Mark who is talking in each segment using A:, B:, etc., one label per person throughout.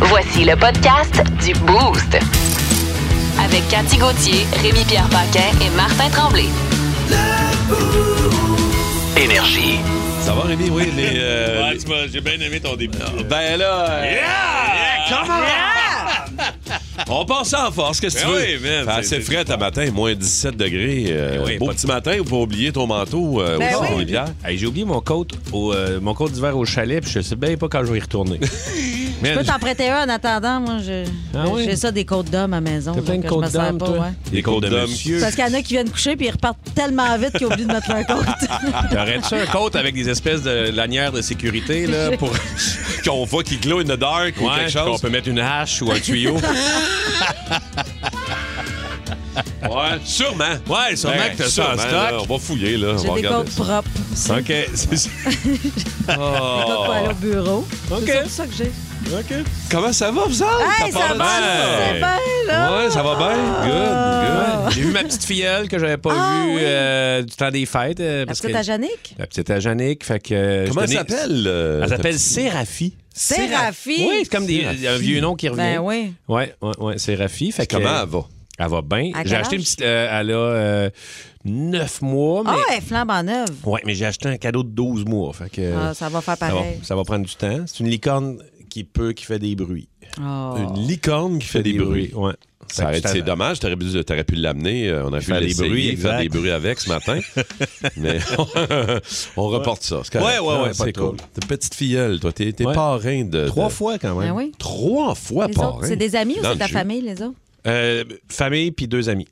A: Voici le podcast du Boost. Avec Cathy Gauthier, Rémi-Pierre Paquin et Martin Tremblay.
B: Énergie.
C: Ça va, Rémi? Oui, les. euh,
D: Ouais, tu m'as- j'ai bien aimé ton début.
C: les- Ben là. euh,
D: Yeah!
C: Come on! On passe ça en force, qu'est-ce que
D: Ben
C: tu
D: oui,
C: veux?
D: man,
C: Fait
D: c'est-
C: assez
D: c'est-
C: frais à matin, moins 17 degrés. euh,
D: Ben oui,
C: beau
D: pas de-
C: petit matin, il faut oublier ton manteau euh,
E: Ben
C: aussi,
E: oui.
C: Rémi-Pierre.
F: Hey, j'ai oublié mon coat au, euh, mon coat d'hiver au chalet, puis je sais bien pas quand je vais y retourner.
E: Je peux t'en prêter un en attendant. Moi, je-
F: Ah oui?
E: j'ai ça des côtes d'hommes à la maison.
F: T'as plein
E: donc
F: de
E: je me
F: côtes
E: sers
F: d'âme,
E: pas,
F: toi?
E: ouais.
C: Les côtes de
D: d'homme.
C: monsieur.
E: Parce qu'il y en a qui viennent coucher puis ils repartent tellement vite qu'ils oublient de mettre leur
F: Ah,
E: côte.
F: T'aurais-tu un coat avec des espèces de lanières de sécurité, là, pour
C: Qu'on voit qu'il glow in the dark ou quelque
F: qu'on
C: chose.
F: peut mettre une hache ou un tuyau?
C: Ouais, sûrement. Ouais, sûrement
F: Ben,
C: que t'as ça en
F: sûrement,
C: stock.
F: là,
C: on va fouiller, là.
E: J'ai des côtes propres. C'est
C: OK, c'est ça. Oh.
E: des côtes pour aller au bureau.
F: OK.
E: C'est pour ça que j'ai.
C: Comment ça va, vous autres?
E: Hey, ça
C: part
E: va,
C: bien.
E: c'est bien, là.
C: Ouais, ça va bien. Good, good.
F: J'ai vu ma petite filleule que j'avais pas
E: Ah,
F: vue
E: oui.
F: euh, du temps des fêtes. euh,
E: La
F: parce
E: petite
F: que-
E: à Jannick?
F: La petite à Jannick, fait que... euh,
C: Comment
F: je
C: elle
F: tenais-
C: s'appelle? euh,
F: Elle
C: ta
F: s'appelle Séraphie.
E: Séraphie?
F: Oui, c'est comme des,
C: Séraphie.
F: un vieux nom qui revient.
E: Ben oui.
F: Ouais, ouais, ouais, Séraphie. Fait que-
C: Comment elle va?
F: Elle va bien.
E: À quel
F: J'ai acheté
E: âge?
F: une petite. euh, elle a euh, 9 mois, Oh, mais.
E: Ah, elle flambe en neuve.
F: Ouais, mais j'ai acheté un cadeau de 12 mois. Fait que,
E: Ah, ça va faire
F: ça, va,
E: pareil.
F: ça va prendre du temps. C'est une licorne qui peut, qui fait des bruits.
E: Oh.
C: Une licorne qui fait des bruits.
F: Ouais.
C: Ça
F: Fait
C: arrête,
F: que
C: c'est
F: je t'en-
C: dommage, t'aurais pu, t'aurais pu l'amener. euh, On a pu
F: Faire des
C: l'essayer,
F: bruits,
C: faire
F: exact.
C: des bruits avec ce matin. Mais on reporte ça. c'est correct.
F: Ouais, ouais, ouais,
C: Ah,
F: pas
C: c'est
F: de trouble.
C: cool. T'es petite filleule, toi. T'es t'es
F: Ouais.
C: parrain de.
F: Trois
C: de-
F: fois quand même.
E: Ben oui.
C: Trois fois
E: Les
C: parrain.
E: autres, c'est des amis ou
C: Dans
E: c'est
C: le
E: ta
C: jus.
E: famille, les autres?
F: Euh, famille puis deux amis.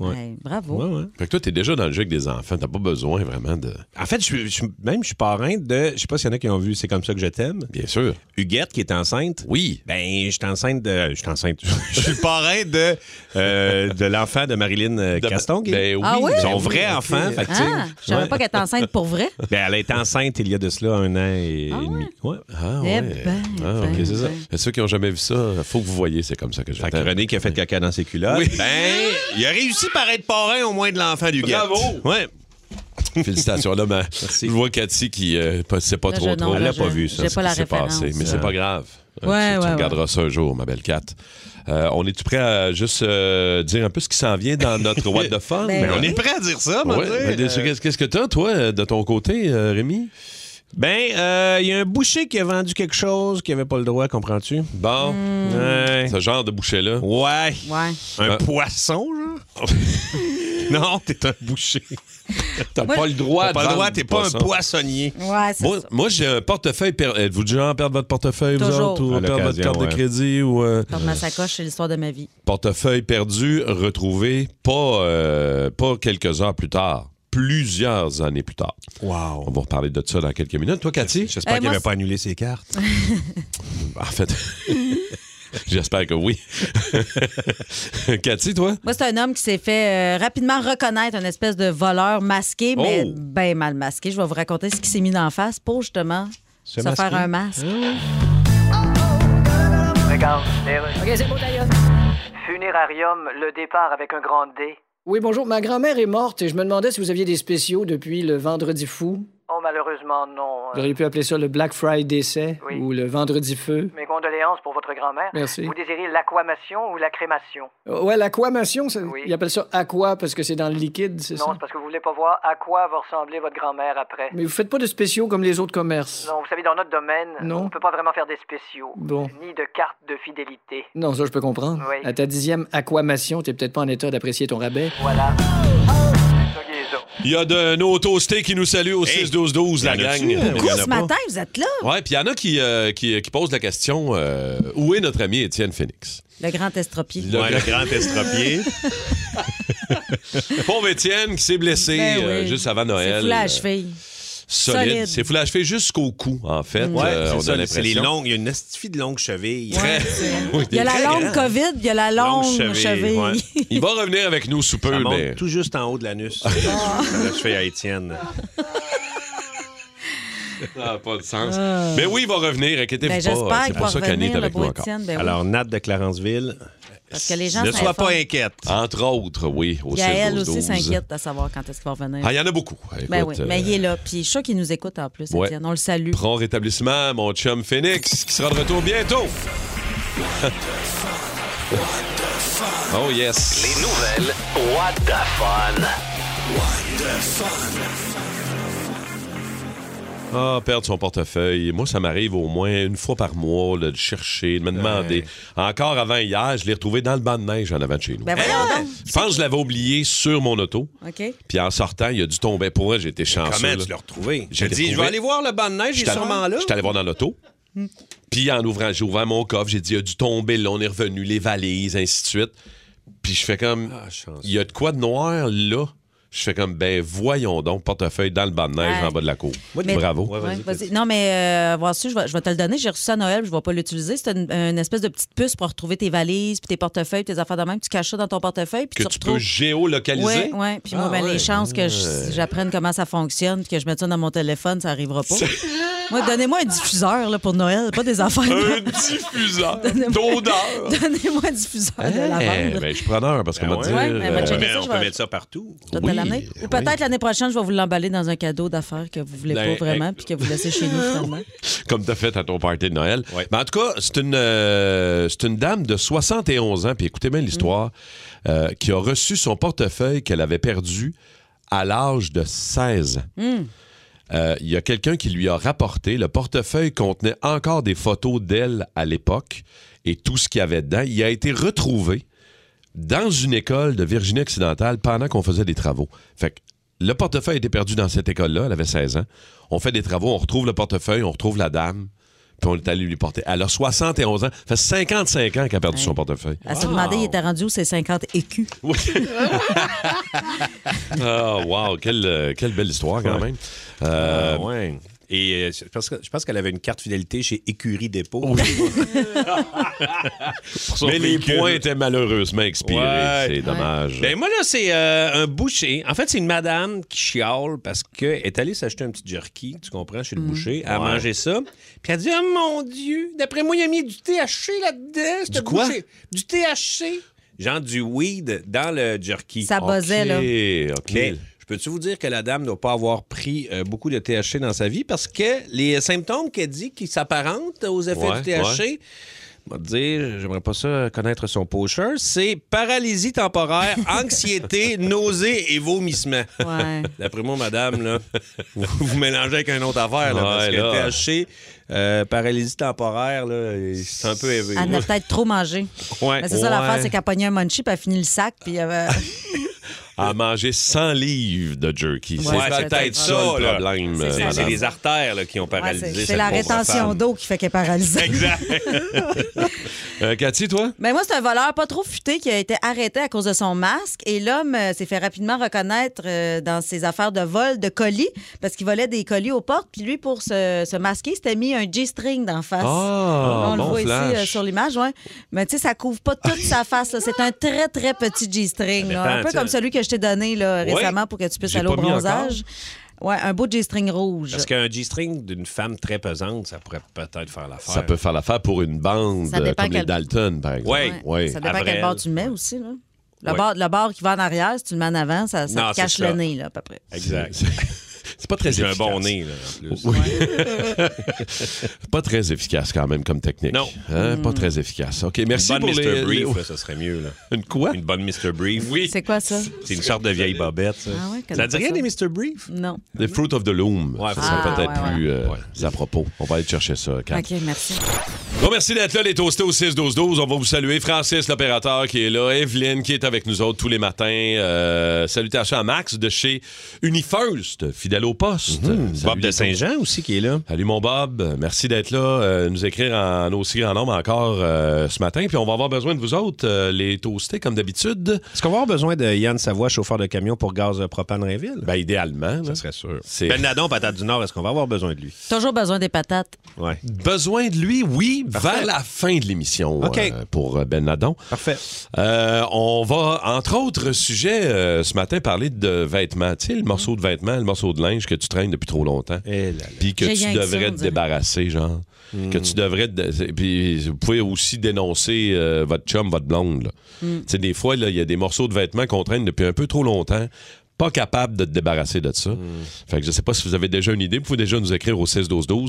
F: Ouais.
E: Hey, bravo.
F: Ouais, ouais.
C: Fait que toi, t'es déjà dans le jeu avec des enfants. T'as pas besoin vraiment de.
F: En fait, je, suis- je suis- même je suis parrain de. Je sais pas s'il y en a qui ont vu C'est comme ça que je t'aime.
C: Bien sûr.
F: Huguette qui est enceinte.
C: Oui.
F: Ben, je suis enceinte de. Je suis enceinte. Je suis le parrain de, euh, de l'enfant de Marilyn euh,
C: De-
F: Caston. qui-
C: Ben oui.
E: Ah oui?
F: Son
C: ben oui,
F: vrai
C: ok.
F: enfant. Fait que, tu sais,
E: Ah, je savais
F: ouais.
E: pas qu'elle était enceinte pour vrai.
F: Ben, elle a été enceinte il y a de cela un an et
E: Ah ouais?
F: demi. Ouais.
C: Ah,
E: Eh
C: ouais.
E: ben,
C: ah,
E: ben,
C: ok, c'est ça.
E: ben.
C: Et Ceux qui n'ont jamais vu ça, faut que vous voyez, c'est comme ça que je
F: Fait que René qui a fait caca dans ses culottes.
C: Oui.
F: Ben, il a réussi par être parrain au moins de l'enfant du gars.
C: Bravo!
F: Ouais.
C: Félicitations. Là, mais je vois Cathy qui euh, pas- sait pas
E: Là,
C: trop
E: je- non,
C: trop.
E: là,
C: Elle l'a
E: je-
C: pas vu, ça.
E: j'ai
C: ce
E: pas
C: qui
E: la
C: s'est
E: référence.
C: passé. Mais c'est pas grave. Euh,
E: Ouais,
C: tu tu
E: ouais,
C: regarderas ça un jour, ma belle Cat. Euh, on est-tu prêt à juste euh, dire un peu ce qui s'en vient dans notre What the Fun?
E: Ben
C: Ouais.
F: On est prêt à dire ça,
C: Ouais.
F: mon
C: Ben, des- Qu'est-ce qu'est-ce que t'as, toi, euh, de ton côté, euh, Rémi?
F: Ben, euh, il y a un boucher qui a vendu quelque chose qu'il avait pas le droit, comprends-tu? Hmm.
C: Bon,
F: Ouais.
C: euh, ce genre de boucher-là.
F: Ouais.
E: Ouais.
F: Un
C: Euh.
F: poisson, genre? non, t'es un boucher.
C: T'as
E: Moi,
C: pas le droit
F: T'as pas le droit,
C: vendre
F: t'es
C: du
F: pas
C: poisson.
F: un poissonnier.
E: Ouais, c'est
C: Moi,
E: ça.
C: moi, j'ai un portefeuille. per- Êtes-vous du genre à perdre votre portefeuille, vous
E: Toujours.
C: autres, ou
F: À
C: perdre votre
F: l'occasion,
C: carte de
F: ouais.
C: crédit? ou euh,
E: Comme ma sacoche, c'est l'histoire de ma vie.
C: Portefeuille perdu, retrouvé, pas, euh, pas quelques heures plus tard, plusieurs années plus tard. On
F: Wow.
C: va reparler de ça dans quelques minutes. Toi, Cathy?
F: J'espère
E: Eh,
F: qu'il
E: moi,
F: avait pas annulé ses cartes.
C: En fait, j'espère que oui. Cathy, toi?
E: Moi, c'est un homme qui s'est fait euh, rapidement reconnaître un espèce de voleur masqué, mais
C: Oh!
E: bien mal masqué. Je vais vous raconter ce qui s'est mis d'en face pour justement se,
F: masquer?
E: faire un masque.
C: Hein?
G: Regarde, les rues. Funérarium, le départ avec un grand D.
H: Oui, bonjour. Ma grand-mère est morte et je me demandais si vous aviez des spéciaux depuis le Vendredi fou.
G: Oh, malheureusement, non.
H: Vous
G: Euh,
H: auriez pu appeler ça le Black Friday décès
G: Oui.
H: ou le Vendredi feu.
G: Mes condoléances pour votre grand-mère.
H: Merci.
G: Vous désirez l'aquamation ou la crémation?
H: Euh, Ouais, l'aquamation, ça,
G: Oui.
H: ils appellent ça aqua parce que c'est dans le liquide, c'est
G: Non,
H: ça?
G: c'est parce que vous voulez pas voir à quoi va ressembler votre grand-mère après.
H: Mais vous faites pas de spéciaux comme les autres commerces.
G: Non, vous savez, dans notre domaine,
H: Non.
G: on peut pas vraiment faire des spéciaux.
H: Bon.
G: Ni de cartes de fidélité.
H: Non, ça, je peux comprendre.
G: Oui.
H: À ta dixième aquamation, t'es peut-être pas en état d'apprécier ton rabais.
G: Voilà. C'est ça qui est ça.
C: Il y a de nos toastés qui nous saluent au 6-12-12, la
F: y en
C: gang.
F: a-tu? Il y en a
E: Quoi,
F: pas.
E: ce matin, vous êtes là?
C: Ouais, puis il y en a qui, euh, qui, qui posent la question euh, où est notre ami Étienne Phoenix?
E: Le grand estropié.
C: Le
F: Ouais, le grand estropié.
C: Pauvre Étienne qui s'est blessé
E: Ben oui.
C: euh, juste avant
E: Ben C'est
C: Noël.
E: fou la
C: Euh,
E: cheville.
C: solide.
E: Solide.
C: C'est foulage fait jusqu'au cou, en fait.
F: Ouais,
C: Euh, on
F: c'est
C: a
F: ça, c'est les
C: l'impression.
F: longues. Il y a une estifie de longues chevilles.
E: Ouais,
C: Oui,
E: Il y a la
C: très
E: longue
C: grand.
E: COVID, il y a la
F: Longue
E: longue, cheville.
F: cheville, ouais.
C: Il va revenir avec nous sous
F: Ça
C: peu,
F: monte
C: mais.
F: tout juste en haut de l'anus. la cheville à Étienne.
C: Ça n'a pas de sens.
E: Ah.
F: Ah.
C: Mais oui, il va revenir, inquiétez-vous
E: Ben,
C: pas.
E: j'espère
C: C'est
E: qu'il va
C: pour ça qu'Annie est
E: revenir, le
C: avec nous
E: beau
C: encore.
E: Étienne. Ben oui,
F: Alors, Nat de Clarenceville,
E: parce que les gens
F: ne
E: sont
F: sois pas
E: informés.
F: inquiète.
C: Entre autres, oui, au
E: Gaël
C: 16
E: aussi
C: 12
E: s'inquiète à savoir quand est-ce qu'il va revenir.
C: Ah, il y en a beaucoup. Écoute,
E: ben oui, mais
C: euh,
E: il est là. Puis je suis sûr qu'il nous écoute en plus,
C: ouais.
E: Étienne. On le salue.
C: Prends rétablissement, mon chum Phoenix, qui sera de retour bientôt. oh yes.
B: Les nouvelles What the Fun.
C: Ah, perdre son portefeuille. Moi, ça m'arrive au moins une fois par mois là, de chercher, de me demander. Encore avant hier, je l'ai retrouvé dans le banc de neige en avant de chez nous.
E: Ben voyons donc.
C: Je pense que je l'avais oublié sur mon auto.
E: OK.
C: Puis en sortant, il a dû tomber. Pour vrai, j'étais chanceux.
F: Comment
C: là.
F: tu l'as retrouvé?
C: Je
F: Je
C: l'ai
F: dis, je vais
C: retrouvé.
F: aller voir le banc de neige, il
C: J'étais
F: est
C: allé-
F: Hein, sûrement là. Hmm.
C: J'étais allé voir dans l'auto. Puis en ouvrant, j'ai ouvert mon coffre, j'ai dit, il a dû tomber, là, on est revenu, les valises, ainsi de suite. Puis je fais comme,
F: Ah, chance.
C: il y a de quoi de noir là? Je fais comme, ben voyons donc, portefeuille dans le banc de neige
E: Ouais.
C: en bas de la cour.
E: Mais-
C: Bravo.
F: Ouais,
E: Ouais,
F: vas-y,
E: vas-y. Non, mais euh, voir ça, je vais, je vais te le donner. J'ai reçu ça à Noël, je ne vais pas l'utiliser. C'est une, une espèce de petite puce pour retrouver tes valises, puis tes portefeuilles, tes affaires de même. Tu caches ça dans ton portefeuille, puis
C: Que tu
E: tu
C: peux
E: retrouves.
C: géolocaliser.
E: Oui, oui. Puis moi,
C: Ah,
E: ben,
C: ouais.
E: les chances que je- j'apprenne comment ça fonctionne puis que je mette ça dans mon téléphone, ça n'arrivera pas. Moi, donnez-moi un diffuseur là, pour Noël, pas des affaires.
C: Un
E: de-
C: diffuseur
E: Donnez-moi-
C: d'odeur.
E: donnez-moi un diffuseur de
C: Eh,
E: lavande.
C: ben, je suis preneur parce qu'on
F: Ben
C: m'a
F: ouais.
C: dit.
E: Ouais, mais
C: euh,
E: va checker
F: Mais
E: ça,
F: on
E: je
F: peut
E: vais-
F: mettre ça partout.
E: Je vais te
C: oui,
E: l'amener.
C: oui.
E: Ou peut-être l'année prochaine, je vais vous l'emballer dans un cadeau d'affaires que vous voulez
C: Ben,
E: pas vraiment puis que vous laissez chez nous finalement.
C: comme tu as fait à ton party de Noël.
F: Ouais.
C: Mais en tout cas, c'est une, euh, c'est une dame de 71 ans, puis écoutez bien l'histoire, euh, qui a reçu son portefeuille qu'elle avait perdu à l'âge de 16 ans. Euh, Il y a quelqu'un qui lui a rapporté, le portefeuille contenait encore des photos d'elle à l'époque et tout ce qu'il y avait dedans. Il a été retrouvé dans une école de Virginie-Occidentale pendant qu'on faisait des travaux. Fait que le portefeuille était perdu dans cette école-là, elle avait 16 ans. On fait des travaux, on retrouve le portefeuille, on retrouve la dame, puis on est allé lui porter. Elle a 71 ans, ça fait 55 ans qu'elle a perdu son portefeuille.
E: Elle se demandait, il était rendu où ses 50 écus?
C: Oui. Ah, wow, quelle, euh, quelle belle histoire quand même. Euh,
F: Euh, ouais. Et euh, je pense que- je pense qu'elle avait une carte fidélité chez Écurie Dépôt.
C: mais les
F: véhicule.
C: points étaient malheureusement expirés.
F: Ouais.
C: C'est dommage.
F: Ben moi, là, c'est euh, un boucher. En fait, c'est une madame qui chiale parce qu'elle est allée s'acheter un petit jerky, tu comprends, chez le boucher. Elle a mangé ça. Puis elle a dit Oh mon Dieu, d'après moi, il a mis du THC là-dedans. Du
C: quoi?
F: Du THC. Genre du weed dans le jerky.
E: Ça buzzait, là.
C: OK, OK.
F: Mais je peux-tu vous dire que la dame ne doit pas avoir pris euh, beaucoup de THC dans sa vie parce que les symptômes qu'elle dit qui s'apparentent aux effets
C: Ouais,
F: du THC,
C: ouais.
F: on va te dire, j'aimerais pas ça connaître son pocheur, c'est paralysie temporaire, anxiété, nausée et vomissement.
E: Ouais.
F: D'après moi, madame, là, vous, vous mélangez avec une autre affaire. là, parce
C: Ouais,
F: que
C: là.
F: THC, euh, paralysie temporaire, là, c'est un peu éveillé.
E: Elle en a peut-être trop mangé.
F: Ouais.
E: Mais c'est ça
C: Ouais.
E: l'affaire, c'est qu'elle a pogné un munchie, puis elle a fini le sac, puis euh,
C: à manger 100 livres de jerky.
E: Ouais,
C: c'est
E: c'est
C: peut-être
E: peut-être
C: ça
F: ça,
C: le
F: là.
C: problème.
E: C'est
C: euh,
E: ça.
F: C'est- C'est
C: madame.
F: les artères là, qui ont
E: ouais,
F: paralysé.
E: c'est- c'est
F: cette
E: la
F: pauvre
E: rétention
F: femme.
E: d'eau qui fait qu'elle est paralysée.
C: Euh, Cathy, toi?
E: Ben moi, c'est un voleur pas trop futé qui a été arrêté à cause de son masque. Et l'homme euh, s'est fait rapidement reconnaître euh, dans ses affaires de vol de colis parce qu'il volait des colis aux portes. Puis lui, pour se, se masquer, s'était mis un G-string d'en face.
C: Ah, bon
E: on le voit
C: flash.
E: ici euh, sur l'image, ouais. Mais tu sais, ça couvre pas toute sa face. là. C'est un très, très petit G-string. là. Un
F: attends,
E: peu
F: tiens.
E: comme celui que je t'ai donné là,
C: Ouais.
E: récemment pour que tu puisses
C: J'ai
E: aller au
C: pas mis encore.
E: bronzage. Ouais, un beau G-string rouge.
F: Parce qu'un G-string d'une femme très pesante, ça pourrait peut-être faire l'affaire.
C: Ça peut faire l'affaire pour une bande
E: Ça
C: euh,
E: dépend
C: comme les
E: quel-
C: Dalton, par exemple.
F: Ouais.
E: Ouais.
C: Ouais.
E: Ça dépend
F: Avril.
E: quel bord tu le mets aussi. Là. Le,
F: Ouais.
E: bord, le bord qui va en arrière, si tu le mets en avant, ça, ça
F: Non,
E: te cache
F: c'est
E: le
F: ça.
E: nez, là, à peu près.
F: Exact.
C: C'est pas très
F: J'ai un
C: efficace.
F: bon nez, là, en plus.
C: Oui. pas très efficace quand même comme technique.
F: Non.
C: Hein,
E: Mm.
C: Pas très efficace. OK, merci
F: Une bonne
C: pour
F: Mr.
C: les...
F: Brief,
C: les-
F: là, ça serait mieux. Là.
C: Une quoi?
F: Une bonne Mr. Brief. Oui.
E: C'est quoi ça?
F: C'est une sorte de vieille bobette. Ça,
E: Ah ouais, connais
F: ça dit
E: pas
F: rien
E: ça.
F: des Mr. Brief?
E: Non.
C: The Fruit of the Loom.
F: Ouais,
C: ça
F: faut-
C: serait
E: Ah,
C: peut-être
E: ouais, ouais.
C: plus euh, à propos. On va aller chercher ça, Cathy.
E: OK, merci.
C: Bon, merci d'être là, les toastés au 6-12-12. On va vous saluer. Francis, l'opérateur qui est là. Evelyne qui est avec nous autres tous les matins. Euh, salutations à Max de chez Unifirst, fidèle au au poste. Salut,
F: Mhm. Bob de
C: les
F: Saint-Jean aussi qui est là.
C: Salut mon Bob, merci d'être là, euh, nous écrire en aussi grand nombre encore euh, ce matin, puis on va avoir besoin de vous autres, euh, les toastés comme d'habitude,
F: Est-ce qu'on va avoir besoin de Yann Savoie, chauffeur de camion pour gaz euh, propane Rainville?
C: ben idéalement. là.
F: ça serait sûr.
C: C'est-
F: Ben Nadon, Patate du Nord, est-ce qu'on va avoir besoin de lui?
E: Toujours besoin des patates.
F: Ouais.
C: Besoin de lui, oui, vers la fin de l'émission
F: OK.
C: euh, pour euh, Ben Nadon.
F: Parfait.
C: Euh, on va, entre autres sujets, euh, ce matin parler de vêtements. Tu sais, le morceau de vêtements, le morceau de linge que tu traînes depuis trop longtemps.
F: Eh là là.
C: Puis que
E: J'ai
C: tu
E: rien que ça,
C: devrais
E: on
C: te
E: dirait.
C: débarrasser, genre. Que tu devrais. te- c'est- Puis vous pouvez aussi dénoncer euh, votre chum, votre blonde. là.
E: Hmm.
C: Tu sais, des fois, là, il y a des morceaux de vêtements qu'on traîne depuis un peu trop longtemps. Pas capable de te débarrasser de ça. Fait que je sais pas si vous avez déjà une idée. Vous pouvez déjà nous écrire au 612-12,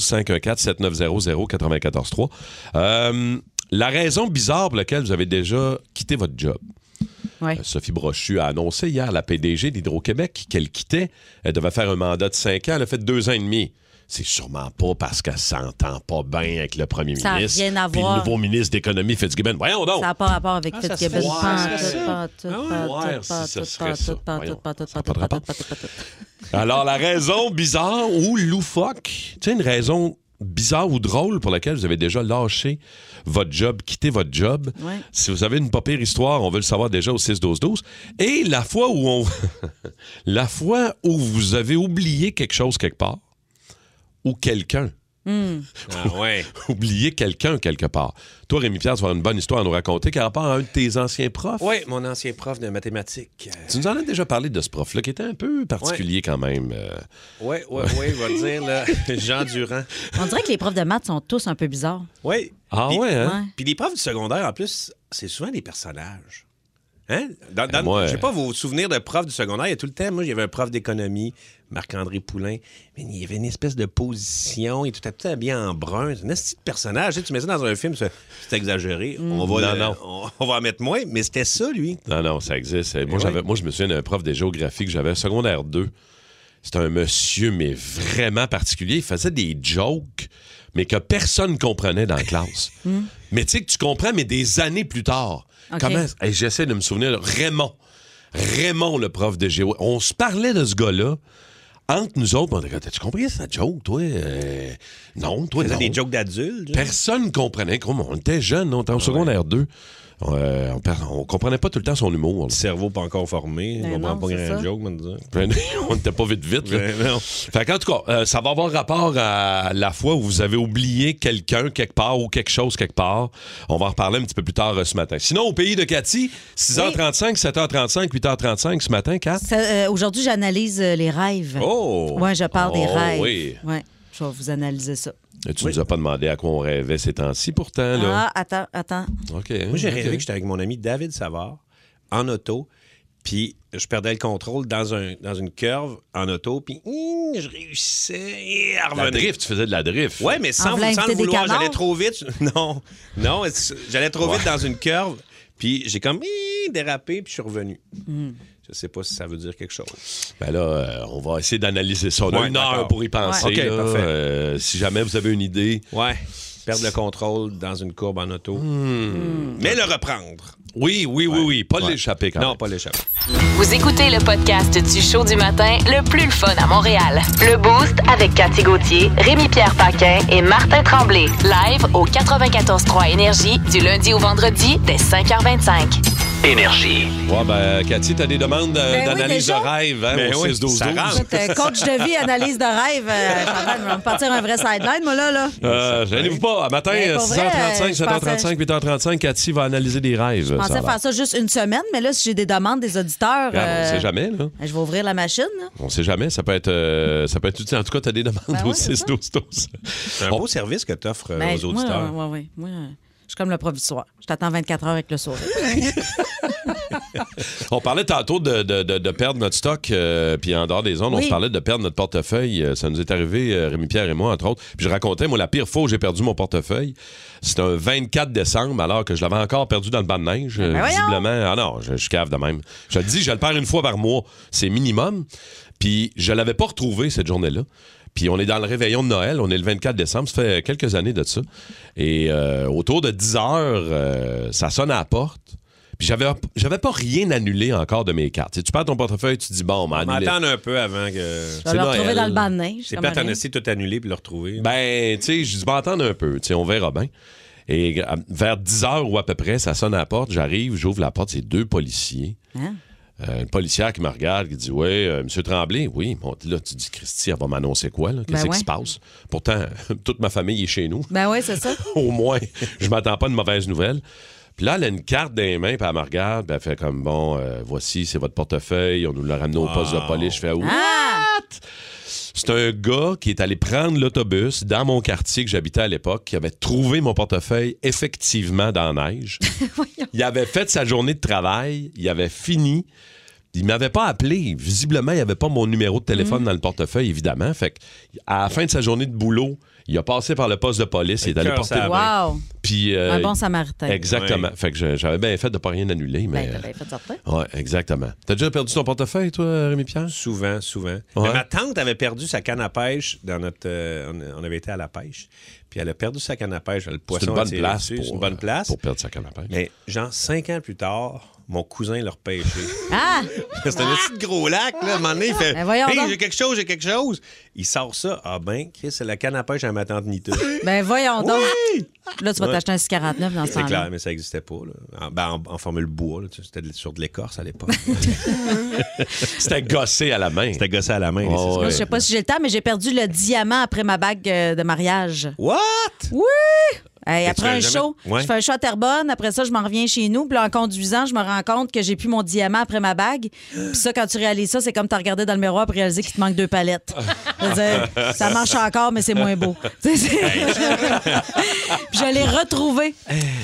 C: 514-7900-943. Euh, la raison bizarre pour laquelle vous avez déjà quitté votre job.
E: Ouais.
C: Euh, Sophie Brochu a annoncé hier la PDG d'Hydro-Québec qu'elle quittait. Elle devait faire un mandat de 5 ans. Elle a fait deux ans et demi. C'est sûrement pas parce qu'elle s'entend pas bien avec le premier
E: Ça a
C: ministre.
E: rien à
C: puis
E: voir.
C: le nouveau ministre d'économie, Fitzgibbon. Voyons donc!
E: Ça n'a pas rapport avec
F: Ah,
E: ah,
F: ça
E: Fitzgibbon.
F: se fait-
E: Pas
F: Ouais,
E: en
F: ça se
E: tout,
F: fait.
E: pas en tout,
F: Ah ouais,
E: pas en tout,
C: ouais, si
E: pas en
C: ça
E: tout,
C: serait
E: pas en
C: ça.
E: tout, pas en tout,
C: Voyons,
E: pas en tout,
C: ça a
E: pas en
C: pas de
E: tout, pas en tout, pas en tout, pas en tout.
C: Alors, la raison bizarre ou loufoque, tu sais, une raison bizarre ou drôle pour laquelle vous avez déjà lâché votre job, quitté votre job.
E: Ouais.
C: Si vous avez une pas pire histoire, on veut le savoir déjà au 6-12-12. Et la fois où on... la fois où vous avez oublié quelque chose quelque part, ou quelqu'un,
E: Hmm.
F: Ah ouais.
C: oublié quelqu'un quelque part. Toi, Rémi-Pierre, tu vas avoir une bonne histoire à nous raconter qui a rapport à un de tes anciens profs.
F: ouais, mon ancien prof de mathématiques. Euh,
C: Tu nous en as déjà parlé de ce prof-là, qui était un peu particulier quand même. euh.
F: Ouais, ouais, ouais, il va le dire, là, Jean Durand.
E: On dirait que les profs de maths sont tous un peu bizarres.
F: Ouais.
C: Ah
F: Puis-
C: ouais, hein?
E: Ouais.
F: Puis les profs du secondaire, en plus, c'est souvent des personnages. Hein? Dans, dans-
C: Eh, moi,
F: Je sais pas vos souvenirs de profs du secondaire. Il y a tout le temps, moi, j'avais un prof d'économie, Marc-André Poulain. Mais il y avait une espèce de position. Il était tout à fait habillé en brun. C'est un petit personnage. Tu, sais, tu mets ça dans un film, c'est c'est exagéré.
E: Mm.
F: On, va
C: Non, non.
F: On, on va en mettre moins. Mais c'était ça, lui.
C: Non, non, ça existe. Moi,
F: oui.
C: j'avais, moi, je me souviens d'un prof de géographie que j'avais secondaire 2. C'était un monsieur, mais vraiment particulier. Il faisait des jokes, mais que personne comprenait dans la classe.
E: Hmm.
C: mais tu sais que tu comprends, mais des années plus tard.
E: OK.
C: Comment? Hey, j'essaie de me souvenir. Raymond. Raymond, le prof de géo. On se parlait de ce gars-là. Entre nous autres, on était comme, t'as-tu compris sa joke, toi? Euh, non, toi,
F: Il faisait
C: non.
F: des jokes d'adultes. genre. Ah
C: Personne comprenait. Comme on était jeunes, on était en secondaire 2. Euh, on, per- on comprenait pas tout le temps son humour. là.
F: Cerveau pas encore formé.
E: Ben
F: on comprend
E: non,
F: pas
E: c'est
F: grand
E: ça.
F: joke, mais disons.
C: Ben, on n'était pas vite vite. Là.
F: Ben non.
C: Fait qu'en tout cas, euh, ça va avoir rapport à la fois où vous avez oublié quelqu'un quelque part ou quelque chose quelque part. On va en reparler un petit peu plus tard euh, ce matin. Sinon, au pays de Cathy, 6h35, 7h35, 8h35 ce matin, Kat.
E: Ça, euh, Aujourd'hui, j'analyse euh, les rêves.
C: Oh!
E: Ouais, je parle des
C: Oh,
E: rêves.
C: oui.
E: Ouais, je vais vous analyser ça.
C: Tu nous as pas demandé à quoi on rêvait ces temps-ci pourtant, là.
E: Ah, attends, attends.
C: OK.
F: Moi, j'ai rêvé que j'étais avec mon ami David Savard en auto, puis je perdais le contrôle dans, un, dans une curve en auto, puis hum, je réussissais et à
C: La
F: revenir.
C: drift, tu faisais de la drift.
F: Ouais, mais sans,
E: En voulant
F: sans le
E: éviter des
F: vouloir,
E: canards?
F: j'allais trop vite. Non, non, c'est- j'allais trop vite dans une curve, puis j'ai comme hum, dérapé, puis je suis revenu.
E: Hmm.
F: Je sais pas si ça veut dire quelque chose.
C: Ben là, euh, on va essayer d'analyser ça. On a
F: Ouais,
C: une
F: d'accord.
C: heure pour y penser.
F: Ouais. OK,
C: là.
F: parfait.
C: Euh, si jamais vous avez une idée. Hmm.
F: Ouais, perdre le contrôle dans une courbe en auto, mais le reprendre.
C: Oui, oui, oui, oui. Pas
F: Ouais.
C: l'échapper quand
F: non,
C: même.
F: pas l'échapper.
A: Vous écoutez le podcast du show du matin, le plus le fun à Montréal. Le Boost avec Cathy Gauthier, Rémi-Pierre Paquin et Martin Tremblay. Live au 94.3 Énergie du lundi au vendredi dès 5h25.
B: Énergie.
C: Ouais, ben, Cathy, t'as des demandes euh,
E: Ben oui,
C: d'analyse
E: déjà.
C: de rêve hein,
F: Ben
C: au
F: oui,
C: 6 12
F: ça
C: 12.
F: rentre.
E: Écoute, euh, coach de vie, analyse de rêve, euh, Chantal, je vais me partir un vrai sideline, moi, là. là.
C: Euh, gênez-vous pas. À matin,
E: Ben, pour vrai,
C: 6h35,
E: euh,
C: 7h35, 8h35, Cathy va analyser des rêves.
E: Je
C: ça a
E: pensais
C: l'air.
E: faire ça juste une semaine, mais là, si j'ai des demandes des auditeurs,
C: Regarde, on
E: euh,
C: sait jamais, là.
E: ben, je vais ouvrir la machine. là.
C: On sait jamais. Ça peut être, euh, ça peut être utile. En tout cas, t'as des demandes
E: Ben
C: au
E: ouais, c'est
C: 6
E: ça.
C: 12 12.
F: C'est un beau service que tu offres
E: Ben,
F: aux auditeurs.
E: Moi, ouais, ouais, moi, euh, je suis comme le provisoire. Je t'attends 24 heures avec le sourire.
C: On parlait tantôt de, de- de- de perdre notre stock, euh, puis en dehors des zones, on
E: Oui.
C: se parlait de perdre notre portefeuille. Euh, Ça nous est arrivé, euh, Rémi-Pierre et moi, entre autres. Puis je racontais, moi, la pire fois où j'ai perdu mon portefeuille, c'était un 24 décembre, alors que je l'avais encore perdu dans le banc de neige. euh,
E: Ben voyons!
C: visiblement, ah non, je, je cave de même. Je le dis, je le perds une fois par mois. C'est minimum. Puis je l'avais pas retrouvé cette journée-là. Puis on est dans le réveillon de Noël, on est le 24 décembre, ça fait quelques années de ça. Et euh, autour de 10 heures, euh, ça sonne à la porte. Puis j'avais, j'avais pas rien annulé encore de mes cartes. Tu sais, tu perds ton portefeuille, tu dis bon, on m'a
F: On
C: annulé.
F: attendre un peu avant que.
E: Je vais le retrouver
C: Noël.
E: dans le bain de neige.
F: C'est
E: comme
F: plate en
E: rien.
F: essayer de tout annuler puis le retrouver.
C: Ben, tu sais, je dis, ben, attendre un peu, tu sais, on verra bien. Et à- vers 10 heures ou à peu près, ça sonne à la porte, j'arrive, j'ouvre la porte, c'est deux policiers.
E: Hein?
C: Euh, une policière qui me regarde, qui dit Ouais, euh, Monsieur Tremblay, oui. Bon, là, tu dis Christy, elle va m'annoncer quoi, là? Qu'est-ce
E: Ben
C: qui se passe? Pourtant, toute ma famille est chez nous.
E: Ben oui, c'est ça.
C: Au moins, je m'attends pas à de mauvaises nouvelles. Puis là, elle a une carte dans les mains, puis elle me regarde, puis elle fait comme Bon, euh, voici, c'est votre portefeuille, on nous l'a ramené au poste de police. Je fais Ouh!
E: Ah!
C: C'est un gars qui est allé prendre l'autobus dans mon quartier que j'habitais à l'époque, qui avait trouvé mon portefeuille effectivement dans la neige. il avait fait sa journée de travail, il avait fini. Il m'avait pas appelé. Visiblement, il n'y avait pas mon numéro de téléphone
E: Mm.
C: dans le portefeuille, évidemment. Fait que, à la fin de sa journée de boulot, il a passé par le poste de police, il est allé
F: cœur,
C: porter.
F: ça
E: Wow!
C: Puis, euh,
E: Un bon samaritain.
C: Exactement. Fait que je- j'avais bien fait de pas rien annuler, mais.
E: Ben,
F: euh,
E: t'as bien fait de sortir.
C: ouais, exactement. T'as déjà perdu ton portefeuille, toi, Rémi Pierre?
F: Souvent, souvent.
C: Ouais.
F: Mais ma tante avait perdu sa canne à pêche dans notre. euh, on- on avait été à la pêche. Puis elle a perdu sa canne à pêche. Le
C: C'est
F: poisson
C: une
F: a
C: bonne
F: tiré
C: place.
F: dessus,
C: Pour,
F: c'est une bonne
C: euh,
F: place.
C: Pour perdre sa canne à pêche.
F: Mais genre cinq ans plus tard, mon cousin l'a repêché.
E: Ah!
F: C'est un petit gros lac, là. À un moment donné, il fait
E: Ben voyons
F: Hey,
E: donc.
F: j'ai quelque chose, j'ai quelque chose. Il sort ça. Ah ben, Chris, c'est la canne à pêche à ma tante Nita.
E: Ben voyons donc.
F: Oui!
E: Là, tu vas
F: Ouais.
E: t'acheter un 649 dans ce
F: C'est clair,
E: temps-là.
F: mais ça n'existait pas. là. En, ben, en- en formule bois, là, tu sais, c'était de- sur de l'écorce à l'époque.
C: C'était gossé à la main.
F: c'était gossé à la main.
C: Oh,
F: les
E: Moi,
C: ouais.
E: je sais pas si j'ai le temps, mais j'ai perdu le diamant après ma bague euh, de mariage.
F: What?
E: Oui! Hey,
F: tu
E: après
F: l'as
E: un
F: jamais-
E: show,
F: Ouais.
E: je fais un show à Terrebonne. Après ça, je m'en reviens chez nous. Puis là, en conduisant, je me rends compte que j'ai plus mon diamant après ma bague. Puis ça, quand tu réalises ça, c'est comme t'as regardé dans le miroir pour réaliser qu'il te manque deux palettes. Je veux dire, ça marche encore, mais c'est moins beau. Tu sais, c'est- Puis je l'ai retrouvé.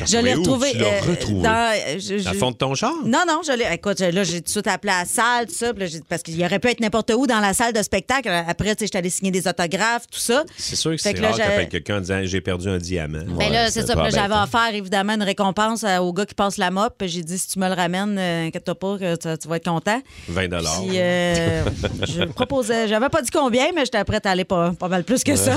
E: Je l'ai
C: où?
E: retrouvé.
C: Tu l'as
E: euh,
C: retrouvé?
E: dans- euh, je-
F: Dans
E: je-
F: le fond de ton char?
E: non, non, je l'ai. Écoute, là, j'ai tout de suite appelé à la salle, tout ça. puis là, j'ai- parce qu'il aurait pu être n'importe où dans la salle de spectacle. Après, tu sais, j'étais allé signer des autographes, tout ça.
F: C'est sûr que
E: Fait
F: c'est
E: que là,
F: rare que
E: j'ai-
F: t'appelles quelqu'un en disant j'ai perdu un diamant.
E: Ben là, c'est
C: c'est
E: ça. Puis là,
C: pas
E: j'avais
C: bête, hein.
E: offert évidemment une récompense euh, au gars qui passe la mop. Puis J'ai dit si tu me le ramènes, euh, inquiète-toi pas, que tu, tu vas être content.
F: 20 dollars.
E: Puis euh, je proposais, j'avais pas dit combien, mais j'étais prête à aller pas, pas mal plus que ça.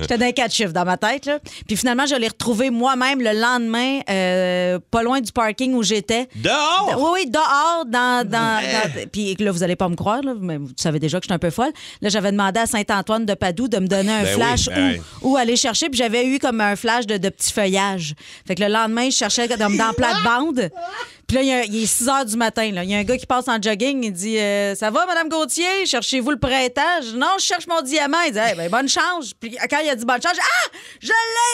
E: j'étais dans les quatre chiffres dans ma tête. Là. Puis finalement, je l'ai retrouvé moi-même le lendemain, euh, pas loin du parking où j'étais.
F: Dehors!
E: Oui, oui, dehors, dans. dans, dans- Puis là, vous allez pas me croire, là, mais vous savez déjà que je suis un peu folle. Là, j'avais demandé à Saint-Antoine de Padoue de me donner un
F: Ben oui,
E: flash
F: ben
E: où-
F: oui.
E: où, aller chercher, puis j'avais eu comme un flash de, de petits feuillages. Fait que le lendemain, je cherchais comme dans plate-bande. Puis là, il y a- il est 6 h du matin. là. Il y a un gars qui passe en jogging, il dit euh, Ça va, Madame Gauthier Cherchez-vous le printemps Non, je cherche mon diamant. Il dit Eh ben, Bonne chance. Puis quand il a dit Bonne chance, j'ai dit, Ah,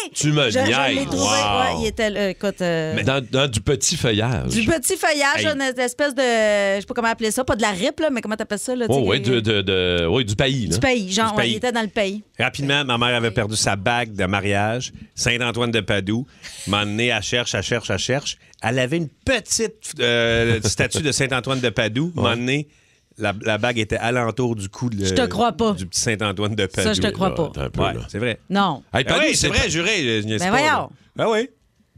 E: je l'ai
C: Tu me
E: Je- je l'ai
C: niaises.
E: trouvé.
C: Wow.
E: Ouais, il était. là, écoute. euh,
C: Mais dans, dans du petit feuillage.
E: du petit feuillage,
C: Hey.
E: une espèce de. Je sais pas comment appeler ça, pas de la rip, là, mais comment t'appelles ça? Là, tu
C: Oh,
E: sais,
C: ouais,
E: que-
C: de, de, de- ouais, du pays.
E: du
C: là.
E: pays. Genre,
F: Du
E: ouais,
F: pays.
E: il était dans le pays.
F: Rapidement, ma mère avait perdu sa bague de mariage. Saint-Antoine de Padoue. M'en donné, elle cherche, elle cherche, elle cherche. Elle avait une petite euh, statue de Saint-Antoine de Padoue. M'en donné, la, la bague était alentour du cou de,
E: Je te crois pas.
F: du petit Saint-Antoine de Padoue. Ah,
E: Ça, je te crois pas.
C: Attends un peu,
F: Ouais,
C: là.
F: c'est vrai.
E: Non.
C: Hey,
F: Ben
C: Padou,
F: oui,
C: c'est
F: c'est vrai, juré. euh, Je, je,
E: Ben
F: pas,
E: voyons.
F: là. Ben oui.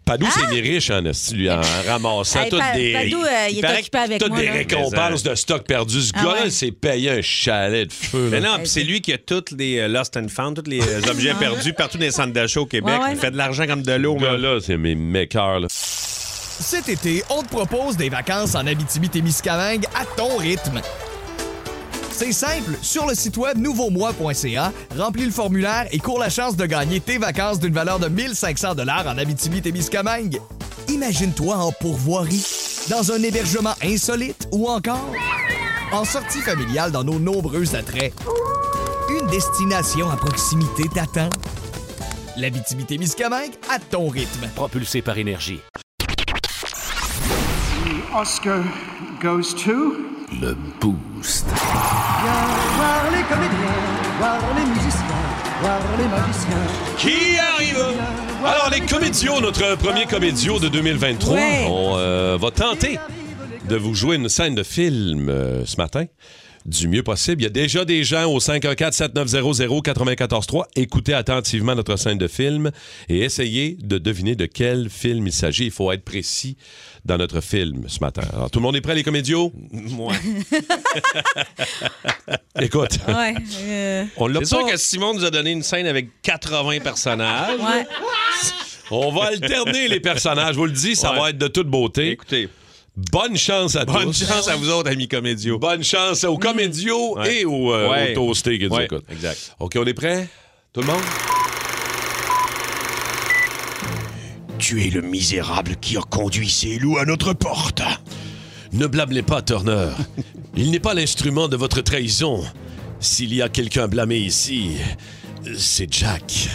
C: Padou, c'est mis riche en esti, lui, en ramassant
E: Hein? Hey,
C: toutes
E: Pa-
C: des.
E: Padou, euh, il est
C: paraît
E: occupé
C: que
E: avec
C: toutes
E: moi,
C: des
E: là.
C: récompenses de stock perdu. Ce
E: Ah
C: gars-là,
E: ouais.
C: il s'est payé un chalet de feu.
F: Mais
C: là.
F: non, puis c'est lui qui a tous les euh, Lost and Found, tous les euh, objets perdus partout dans les centres d'achat au Québec.
E: Ah. Ouais, ouais.
F: Il fait de l'argent comme de l'eau.
C: Ce
F: man.
C: gars-là, c'est mes meilleurs.
I: Cet été, on te propose des vacances en Abitibi-Témiscamingue à ton rythme. C'est simple, sur le site web nouveaumois.ca, remplis le formulaire et cours la chance de gagner tes vacances d'une valeur de 1500 dollars en Abitibi-Témiscamingue. Imagine-toi en pourvoirie, dans un hébergement insolite ou encore en sortie familiale dans nos nombreux attraits. Une destination à proximité t'attend. L'Abitibi-Témiscamingue à ton rythme.
J: Propulsé par énergie.
G: Oscar goes to.
J: Le boost.
G: Voir les comédiens, voir les musiciens, voir les magiciens.
C: Qui arrive? Alors, les comédios, notre premier comédio de 2023,
E: Ouais.
C: on euh, va tenter de vous jouer une scène de film euh, ce matin. Du mieux possible. Il y a déjà des gens au 514-7900-943. Écoutez attentivement notre scène de film et essayez de deviner de quel film il s'agit. Il faut être précis dans notre film ce matin. Alors, tout le monde est prêt, les comédios?
F: Moi.
C: Écoute,
E: Ouais. euh,
C: on l'a
F: C'est sûr
C: pas-
F: que Simon nous a donné une scène avec 80 personnages.
E: ouais.
C: On va alterner les personnages. Je vous le dis, ça
F: Ouais.
C: va être de toute beauté.
F: Écoutez,
C: Bonne chance à
F: Bonne
C: tous.
F: chance à vous autres, amis comédiaux.
C: Bonne chance aux comédiaux
F: Ouais.
C: et aux, euh,
F: Ouais.
C: aux toastés qui nous
F: Ouais,
C: écoutent.
F: exact.
C: OK, on est prêts? Tout le monde?
F: Tu es le misérable qui a conduit ces loups à notre porte.
C: Ne blâmez pas Turner. Il n'est pas l'instrument de votre trahison. S'il y a quelqu'un à blâmer ici, c'est Jack.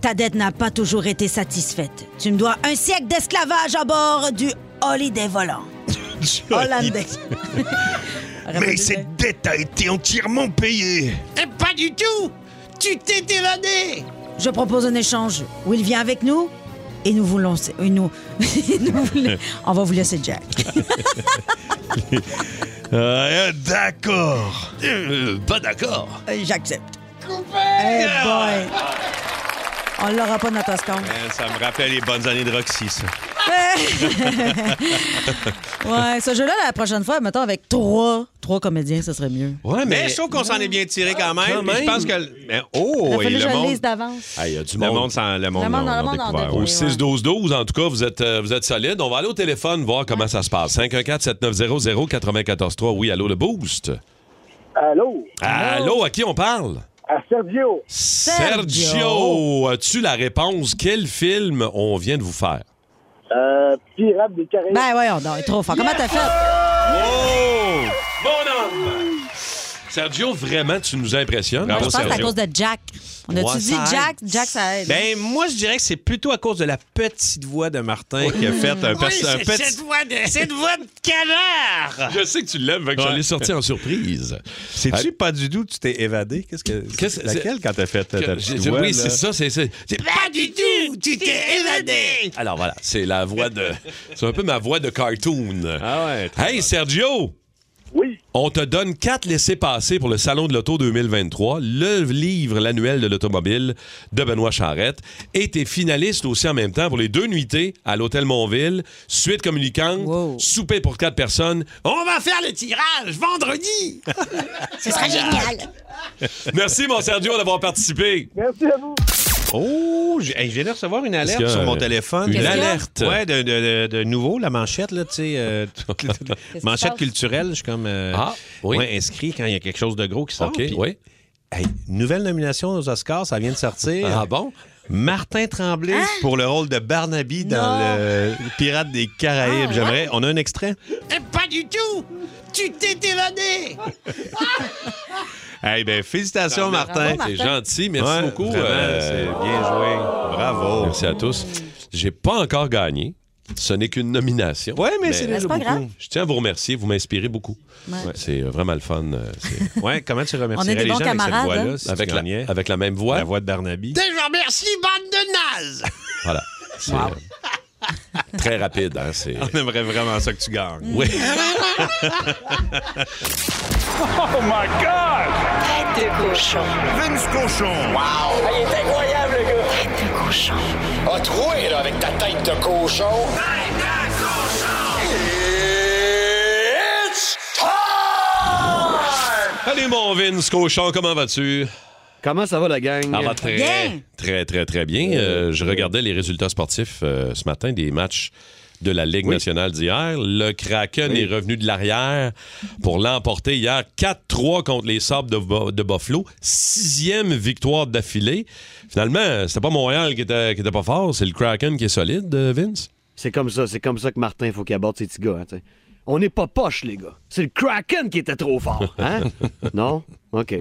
E: Ta dette n'a pas toujours été satisfaite. Tu me dois un siècle d'esclavage à bord du Holiday volant. Hollandais.
D: Mais cette dette a été entièrement payée.
F: Eh, Pas du tout! Tu t'es évadé!
E: Je propose un échange où il vient avec nous et nous voulons... et nous- et nous voulons- on va vous laisser Jack.
D: Euh, D'accord.
C: Euh, pas d'accord.
E: Euh, J'accepte. Hey boy. On l'aura pas dans notre compte.
F: ça me rappelle les bonnes années de Roxy, ça.
E: Ouais, ce jeu-là, la prochaine fois, mettons, avec trois, trois comédiens, ce serait mieux.
C: Ouais,
F: Mais je trouve qu'on s'en est bien tiré quand même.
C: Quand
F: puis Je
C: même.
F: pense que. le- mais- Oh,
E: Il a
F: et
E: fallu que
F: le
E: je le
F: monde. Ah,
E: lise d'avance.
C: Il y a du
F: Le
C: monde.
F: monde, s'en- le monde,
E: Le monde-
F: en-
E: le
F: en
E: monde en
F: découvert,
C: Au
F: oui.
E: découvre.
C: 6-12-12, en tout cas, vous êtes, euh, vous êtes solide. On va aller au téléphone voir
E: Ah.
C: comment ça se passe. 514-7900-943. Oui, allô, le boost.
K: Allô?
C: Allô, à qui on parle?
K: À Sergio?
C: Sergio. as-tu la réponse? Quel film on vient de vous faire?
K: Euh, pirate des Caraïbes.
E: Ben voyons, non, il est trop fort. Comment t'as fait?
C: Oh! Mon homme! Sergio, vraiment, tu nous impressionnes.
E: Je
C: Bravo,
E: pense que c'est à
C: Sergio.
E: cause de Jack. On a-tu
C: Ouais,
E: dit
C: ça aide.
E: Jack? Jack, ça aide.
F: Ben, moi, je dirais que c'est plutôt à cause de la petite voix de Martin qui a fait un, perso- un petit.
D: voix de, cette voix de canard.
C: Je sais que tu l'aimes, fait que je
F: Ouais.
C: l'ai sorti en surprise.
F: C'est-tu pas du tout, tu t'es évadé? Qu'est-ce que. c'est
C: Qu'est-ce-
F: laquelle quand t'as fait ta ta
C: Que-
F: petite
C: j'ai-
F: voix,
C: oui,
F: là?
C: c'est ça, c'est c'est- c'est-
D: Pas du tout, tu t'es évadé.
C: Alors voilà, c'est la voix de. C'est un peu ma voix de cartoon.
F: Ah ouais. très
C: Hey Sergio!
K: Oui.
C: On te donne quatre laissés-passer pour le Salon de l'Auto 2023, le livre l'annuel de l'automobile de Benoît Charrette, et t'es finaliste aussi en même temps pour les deux nuitées à l'Hôtel Montville, suite communicante,
E: Wow.
C: souper pour quatre personnes.
D: On va faire le tirage vendredi.
E: ce sera génial.
C: Merci mon Sergio d'avoir participé.
K: Merci à vous.
F: Oh, j'ai- hey, je viens de recevoir une
C: qu'il
F: alerte
C: y a
F: sur mon
C: un-
F: téléphone.
C: une
F: Qu'est-ce qu'il y a?
C: alerte?
F: Ouais, de, de- de- de nouveau, la manchette, là, tu sais. euh,
E: qui se
F: manchette
E: passe?
F: culturelle, je suis comme. euh,
C: Ah, oui.
F: ouais, inscrit quand il y a quelque chose de gros qui sort.
C: OK,
F: puis-
C: oui.
F: Hey, nouvelle nomination aux Oscars, ça vient de sortir.
C: Ah bon?
F: Martin Tremblay pour le rôle de Barnaby dans
E: Ah! Non. Ah,
F: le Pirate des Caraïbes. J'aimerais. On a un extrait?
D: Eh, Pas du tout, tu t'es évadé.
F: Hey, ben, félicitations, Martin.
E: Bravo, Martin.
C: C'est gentil, merci
F: Ouais,
C: beaucoup.
F: vraiment,
C: euh,
F: C'est bien joué. Bravo.
C: Merci à tous. J'ai pas encore gagné. Ce n'est qu'une nomination.
F: Ouais, mais, c'est déjà
E: pas
F: beaucoup.
E: grave.
C: Je tiens à vous remercier. Vous m'inspirez beaucoup.
E: Ouais.
C: Ouais, C'est vraiment le fun. euh, c'est-
F: Ouais, comment tu
E: On est
F: remercierais
E: des
F: les
E: bons
F: gens avec cette
E: camarades,
F: voix-là
E: hein.
F: si
C: avec,
F: tu
C: la,
F: gagnais?
C: avec la même voix.
F: La voix de Barnaby.
D: Je vous remercie, bande de nazes.
C: Voilà. C'est euh, très rapide. hein, c'est-
F: On aimerait vraiment ça que tu gagnes.
C: Oui.
D: Oh
A: Tête de cochon.
D: Vince Cochon.
B: Ah, il est incroyable, le gars! Tête de cochon. A troué, là, avec ta tête de cochon. Tête de cochon! It's time!
C: Allez, mon Vince Cochon, comment vas-tu?
H: Comment ça va, la gang?
C: Ça va très,
E: Bien.
C: très, très, très bien. Euh, je regardais les résultats sportifs euh, ce matin des matchs de la Ligue nationale d'hier. Le Kraken est revenu de l'arrière pour l'emporter hier 4-3 contre les Sables de, Bo- de Buffalo. Sixième victoire d'affilée. Finalement, euh, c'était pas Montréal qui était, qui était pas fort, c'est le Kraken qui est solide, euh, Vince.
L: C'est comme ça, c'est comme ça que Martin, faut qu'il aborde ses petits gars. hein, tu sais. On n'est pas poche, les gars. C'est le Kraken qui était trop fort. Hein? non? OK.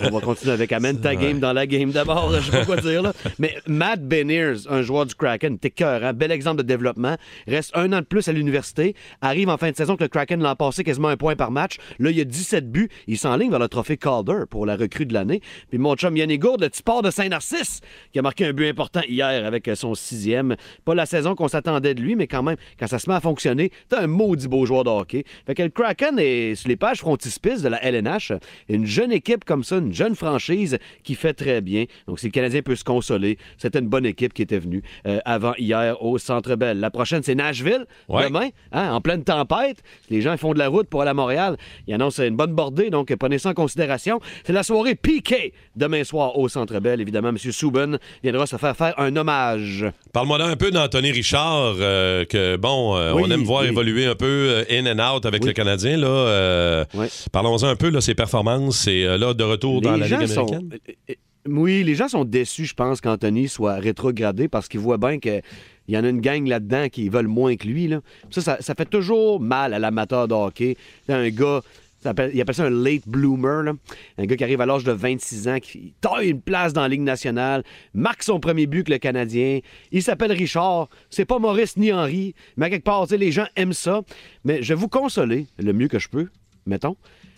L: On va continuer avec Amène ta game dans la game d'abord. Je sais pas quoi dire, là. Mais Matt Beniers, un joueur du Kraken, t'es cœur, hein? Bel exemple de développement. Reste un an de plus à l'université. Arrive en fin de saison que le Kraken l'a passé quasiment un point par match. Là, il y a 17 buts. Il s'enligne vers le trophée Calder pour la recrue de l'année. Puis mon chum Yannick Gourde, le petit port de Saint-Narcisse, qui a marqué un but important hier avec son sixième. Pas la saison qu'on s'attendait de lui, mais quand même, quand ça se met à fonctionner, t'as un maudit beau joueur de hockey. Fait que le Kraken est sur les pages frontispices de la LNH. Une jeune équipe comme ça, une jeune franchise qui fait très bien. Donc, si le Canadien peut se consoler, c'était une bonne équipe qui était venue euh, avant hier au Centre Bell. La prochaine, c'est Nashville, demain, hein, en pleine tempête. Les gens font de la route pour aller à Montréal. Ils annoncent une bonne bordée, donc prenez ça en considération. C'est la soirée piquée demain soir au Centre Bell. Évidemment, M. Souben viendra se faire faire un hommage.
C: Parle-moi d'un peu d'Anthony Richard, euh, que bon, euh,
L: Oui,
C: on aime voir
L: oui.
C: évoluer un peu euh, in and out avec le Canadien. Là, euh, Parlons-en un peu, là, ses performances, et euh, là, de retour dans la
L: gens
C: Ligue
L: sont-
C: américaine.
L: euh, euh, Oui, les gens sont déçus, je pense, qu'Anthony soit rétrogradé parce qu'ils voient bien que. Il y en a une gang là-dedans qui veulent moins que lui. Là. Ça, ça, ça fait toujours mal à l'amateur de hockey. Un gars, ça appelle- il appelle ça un late bloomer. là. Un gars qui arrive à l'âge de 26 ans, qui taille une place dans la Ligue nationale, marque son premier but avec le Canadien. Il s'appelle Richard. C'est pas Maurice ni Henri. Mais à quelque part, tu sais, les gens aiment ça. Mais je vais vous consoler le mieux que je peux, mettons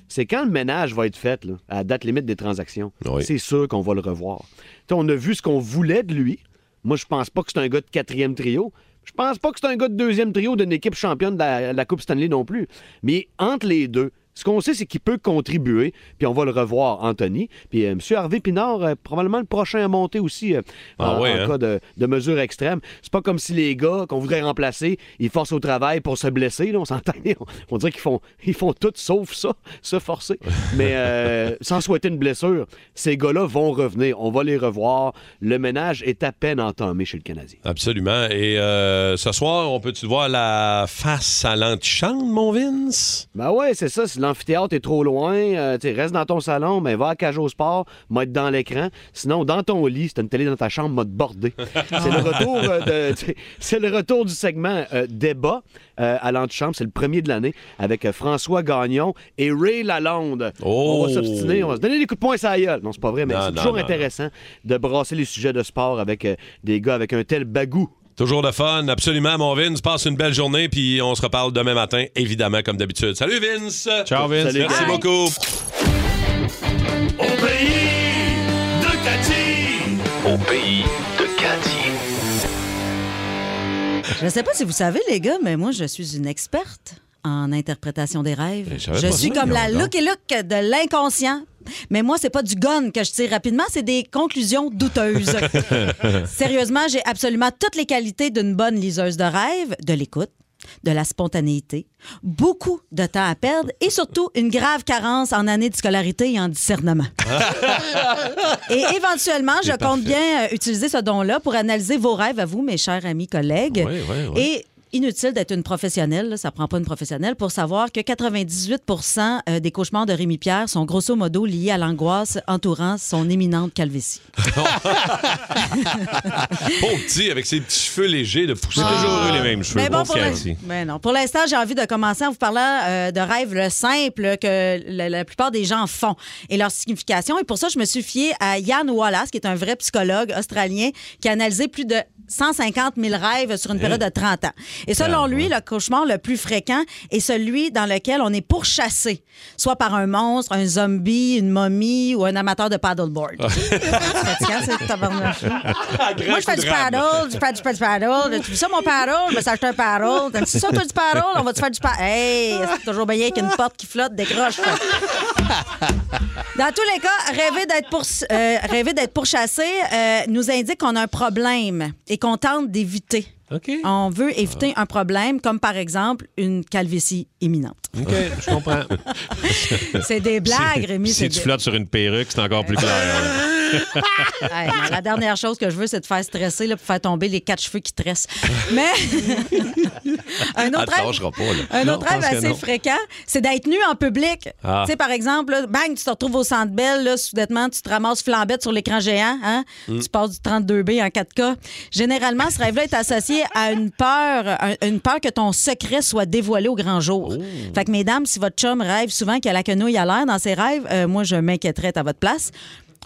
L: c'est quand le ménage va être fait, là, à la date limite des transactions, c'est sûr qu'on va le revoir. Tu sais, on a vu ce qu'on voulait de lui. Moi, je pense pas que c'est un gars de quatrième trio. Je pense pas que c'est un gars de deuxième trio d'une équipe championne de la, la Coupe Stanley non plus. Mais entre les deux, ce qu'on sait, c'est qu'il peut contribuer, puis on va le revoir, Anthony. Puis euh, M. Harvey Pinard, euh, probablement le prochain à monter aussi euh,
C: Ah
L: en,
C: ouais,
L: en
C: hein?
L: cas de, de mesures extrêmes. C'est pas comme si les gars qu'on voudrait remplacer, ils forcent au travail pour se blesser. Là, on s'entend. On, on dirait qu'ils font, ils font tout sauf ça, se forcer. Mais euh, sans souhaiter une blessure, ces gars-là vont revenir. On va les revoir. Le ménage est à peine entamé chez le Canadien.
C: Absolument. Et euh, ce soir, on peut-tu te voir la face à l'antichambre, mon Vince?
L: Ben ouais, c'est ça. Si l'amphithéâtre est trop loin, euh, tu sais, reste dans ton salon, mais va à Cage au Sport, m'a être dans l'écran. Sinon, dans ton lit, si t'as une télé dans ta chambre, m'a te border. c'est le retour euh, de- tu sais, c'est le retour du segment euh, débat euh, à l'antichambre. C'est le premier de l'année avec euh, François Gagnon et Ray Lalonde. On va s'obstiner, on va se donner des coups de poing sur la gueule. Non, c'est pas vrai, mais
C: Oh! Non,
L: c'est
C: non,
L: toujours
C: non, non.
L: intéressant de brasser les sujets de sport avec euh, des gars avec un tel bagou.
C: Toujours de fun, absolument, mon Vince. Passe une belle journée, puis on se reparle demain matin, évidemment, comme d'habitude. Salut, Vince!
L: Ciao, Vince. Salut,
C: Merci
L: gang.
C: beaucoup.
D: Au pays de Cathy! Au pays de Cathy.
E: Je ne sais pas si vous savez, les gars, mais moi, je suis une experte en interprétation des rêves.
M: Eh, je savais
E: Je
M: pas
E: suis
M: ça,
E: comme la
M: voyons
E: look et look de l'inconscient. Mais moi, c'est pas du gun que je tire rapidement, c'est des conclusions douteuses. Sérieusement, j'ai absolument toutes les qualités d'une bonne liseuse de rêve, de l'écoute, de la spontanéité, beaucoup de temps à perdre et surtout une grave carence en année de scolarité et en discernement. Et éventuellement, je
M: C'est
E: compte
M: parfait.
E: bien euh, utiliser ce don-là pour analyser vos rêves à vous, mes chers amis collègues.
M: Oui, oui, oui.
E: Et inutile d'être une professionnelle, là, ça prend pas une professionnelle, pour savoir que 98 euh, des cauchemars de Rémi Pierre sont grosso modo liés à l'angoisse entourant son éminente calvitie.
C: Pauvre petit, avec ses petits cheveux légers de pousser.
E: Ah.
F: toujours eu les mêmes cheveux.
E: Mais bon, pour,
F: pauvre
E: l'in-
F: Cathy.
E: Mais non. Pour l'instant, j'ai envie de commencer en vous parlant euh, de rêves le simples que la, la plupart des gens font et leur signification. Et pour ça, je me suis fiée à Ian Wallace, qui est un vrai psychologue australien qui a analysé plus de 150 000 rêves sur une
M: Eh.
E: période de 30 ans. Et selon
M: Ah,
E: lui, le cauchemar le plus fréquent est celui dans lequel on est pourchassé, soit par un monstre, un zombie, une momie ou un amateur de paddleboard. fatigant, c'est tabarnouche. Moi, je fais du paddle, du paddle, du paddle, du paddle. Tu veux ça, mon paddle? Je vais s'acheter un paddle. T'aimes ça, toi, du paddle? On va-tu faire du paddle? Hey, c'est toujours bien qu'une porte qui flotte, décroche. Dans tous les cas, rêver d'être pour- euh, rêver d'être pourchassé euh, nous indique qu'on a un problème et qu'on tente d'éviter. On veut éviter un problème, comme par exemple une calvitie imminente.
F: OK, je comprends.
E: C'est des blagues, Rémi.
F: Si
E: c'est
F: tu
E: des-
F: flottes sur une perruque, c'est encore plus clair.
E: Hey, non, la dernière chose que je veux, c'est de faire stresser là, pour faire tomber les quatre cheveux qui tressent. Mais un autre
C: Elle te
E: rêve-
C: lâchera Ah, pas, là.
E: un
C: Non,
E: autre
C: je
E: rêve
C: pense que
E: assez
C: non.
E: fréquent, c'est d'être nu en public.
C: Ah.
E: Tu sais, par exemple, là, bang, tu te retrouves au centre belle, là, soudainement, tu te ramasses flambette sur l'écran géant, hein?
M: Mm.
E: tu passes du 32B en 4K. Généralement, ce rêve-là est associé à une peur, un- une peur que ton secret soit dévoilé au grand jour.
C: Oh.
E: Fait que, mesdames, si votre chum rêve souvent qu'elle a la quenouille à l'air dans ses rêves, euh, moi, je m'inquiéterais à votre place.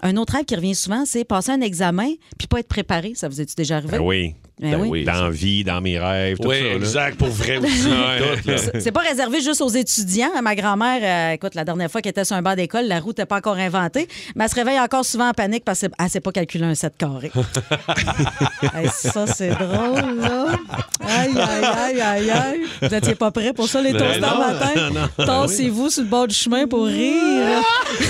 E: Un autre rêve qui revient souvent, c'est passer un examen puis pas être préparé. Ça vous est-tu déjà arrivé?
F: Ben oui.
E: Ben oui.
F: Dans la vie, dans mes rêves, tout
C: Oui,
F: ça. là.
C: exact, pour vrai aussi,
F: Ouais.
C: tout, là.
E: C'est pas réservé juste aux étudiants. Ma grand-mère, euh, écoute, la dernière fois qu'elle était sur un banc d'école, la route n'était pas encore inventée, mais elle se réveille encore souvent en panique parce qu'elle ne sait pas calculer un 7 carré. Hey, ça, c'est drôle, là. Aïe, aïe, aïe, aïe, aïe, aïe. Vous n'étiez pas prêts pour ça, les
F: Ben
E: toasts
F: non,
E: matin?
F: non, non, ben
E: Tassez-vous sur le bord du chemin pour rire.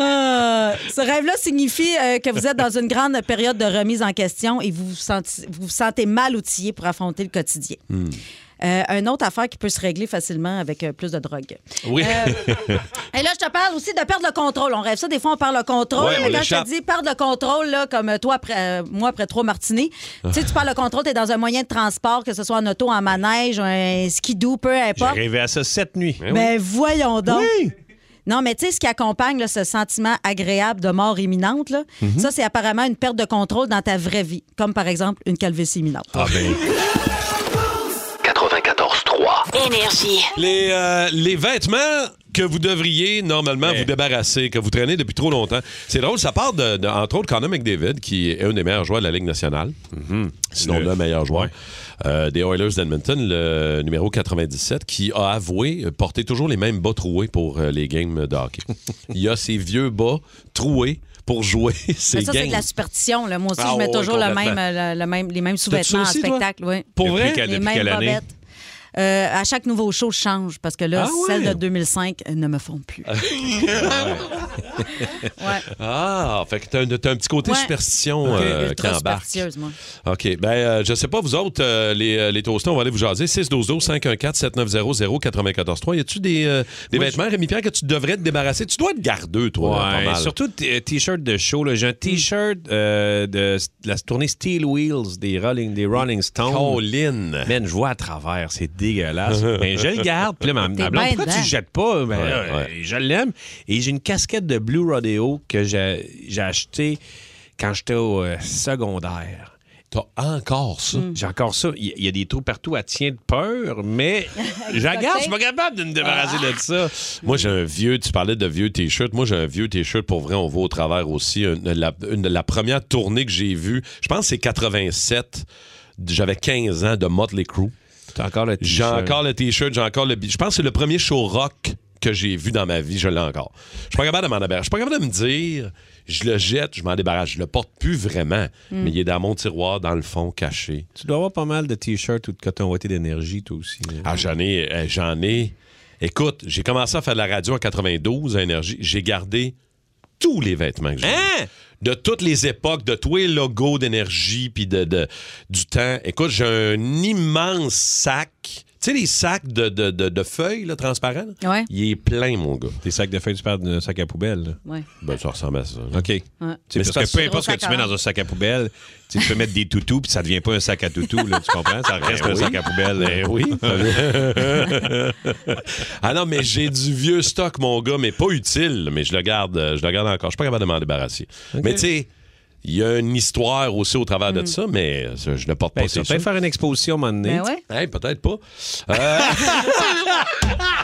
E: Ah, ce rêve-là signifie euh, que vous êtes dans une grande période de remise en question et vous vous senti- vous vous sentez mal outillé pour affronter le quotidien.
C: Hmm.
E: Euh, une autre affaire qui peut se régler facilement avec euh, plus de drogue.
C: Oui.
E: Et là, je te parle aussi de perdre le contrôle. On rêve ça, des fois, on perd le contrôle.
C: Ouais, on
E: mais quand je
C: l'échappe.
E: te dis perdre le contrôle, là, comme toi, après, euh, moi, après trois martinis, tu sais, tu perds le contrôle, tu es dans un moyen de transport, que ce soit en auto, en manège, un skidoo, peu
F: J'ai
E: importe.
F: rêvé à ça cette nuit.
C: Ben
E: Mais voyons donc. Non, mais tu sais, ce qui accompagne là, ce sentiment agréable de mort imminente, là,
F: Mhm.
E: ça, c'est apparemment une perte de contrôle dans ta vraie vie, comme par exemple une calvitie imminente.
C: Ah ben.
A: 94.3. Énergie.
C: Les, euh, les vêtements que vous devriez normalement vous débarrasser, que vous traînez depuis trop longtemps. C'est drôle, ça part de, de- entre autres, Connor McDavid, qui est un des meilleurs joueurs de la Ligue nationale. Sinon, le, meilleur joueur euh, des Oilers d'Edmonton, le numéro 97, qui a avoué euh, porter toujours les mêmes bas troués pour euh, les games de hockey. Il y a ses vieux bas troués pour jouer ses
E: Mais ça, c'est
C: games.
E: de la superstition. là. Moi aussi,
C: Ah
E: je mets
C: ouais,
E: toujours le
C: complètement.
E: même, euh, le, le même, les mêmes sous-vêtements en
C: aussi, toi?
E: spectacle. oui.
C: Pour Depuis vrai? quelle-
E: Les
C: depuis
E: mêmes
C: quelle année?
E: bobettes. Euh, à chaque nouveau show, je change parce que là,
C: Ah ouais?
E: celles de 2005 euh, ne me font plus.
C: Ah, fait que t'as un, t'as un petit côté
E: Ouais.
C: superstition
E: Ok.
C: euh, qui
E: Ultra
C: embarque.
E: superstitieuse, moi.
C: OK. Ben, euh, je sais pas, vous autres, euh, les, euh, les toastés, on va aller vous jaser. 612-514-7900-943. Y a-tu des, euh, des vêtements, Rémi-Pierre, que tu devrais te débarrasser? Tu dois être gardeux, toi. là, pas
F: Ouais,
C: mal.
F: surtout t- euh, t-shirt de show. là. J'ai un t-shirt euh, de s- la tournée Steel Wheels des Rolling, des Rolling Stones.
C: Colline.
F: Man, je vois à travers, c'est dégueulasse. Mais je le garde. Puis là, ma, ma
C: T'es
F: blonde,
C: bien
F: pourquoi tu
C: dedans.
F: le jettes pas? Ben,
C: Ouais,
F: euh,
C: ouais.
F: Je l'aime. Et j'ai une casquette de Blue Rodeo que j'ai j'ai achetée quand j'étais au euh, secondaire.
C: T'as encore ça?
F: J'ai encore ça. Il y- il y a des trous partout à tient de peur, mais je la garde. Je suis pas capable de me
C: Ah.
F: débarrasser de ça.
C: Moi, j'ai un vieux, tu parlais de vieux t-shirt. Moi, j'ai un vieux t-shirt. Pour vrai, on va au travers aussi. Une- la, une- la première tournée que j'ai vue, je pense que c'est 87. J'avais 15 ans de Motley Crue.
F: T'as encore le
C: J'ai encore le t-shirt, j'ai encore le. bi- Je pense que c'est le premier show rock que j'ai vu dans ma vie. Je l'ai encore. Je suis pas capable de m'en débarrasser. Je suis pas capable de me dire, je le jette, je m'en débarrasse. Je le porte plus vraiment.
F: Mm.
C: Mais il est dans mon tiroir, dans le fond, caché.
F: Tu dois avoir pas mal de t-shirts ou de coton ouaté d'énergie, toi aussi.
C: Ah, j'en ai, euh, j'en ai. Écoute, j'ai commencé à faire de la radio en 92 à Énergie. J'ai gardé tous les vêtements que j'ai.
F: Hein?
C: De toutes les époques, de tous les logos d'énergie, puis de, de- du temps. Écoute, j'ai un immense sac. Tu sais, les sacs de, de- de- de feuilles là, transparents? là?
E: Ouais.
C: Il est plein, mon gars.
F: Tes sacs de feuilles, tu parles d'un sac à poubelle.
E: Ouais.
C: Ben, ça ressemble à ça.
F: OK. C'est parce que peu importe ce que tu mets dans un sac à poubelle, tu sais, tu peux mettre des toutous, puis ça devient pas un sac à toutous, là, tu comprends? Ça
C: Ben
F: reste un
C: oui.
F: sac à poubelle.
C: Ben oui. ah non, mais j'ai du vieux stock, mon gars, mais pas utile. Mais je le garde, euh, je le garde encore. Je suis pas capable de m'en débarrasser. Mais tu sais, il y a une histoire aussi au travers de ça, mais euh, je ne porte pas.
F: Mm. Ben, tu vas peut-être faire une exposition à un moment donné.
C: Ben ouais. peut-être pas. Euh,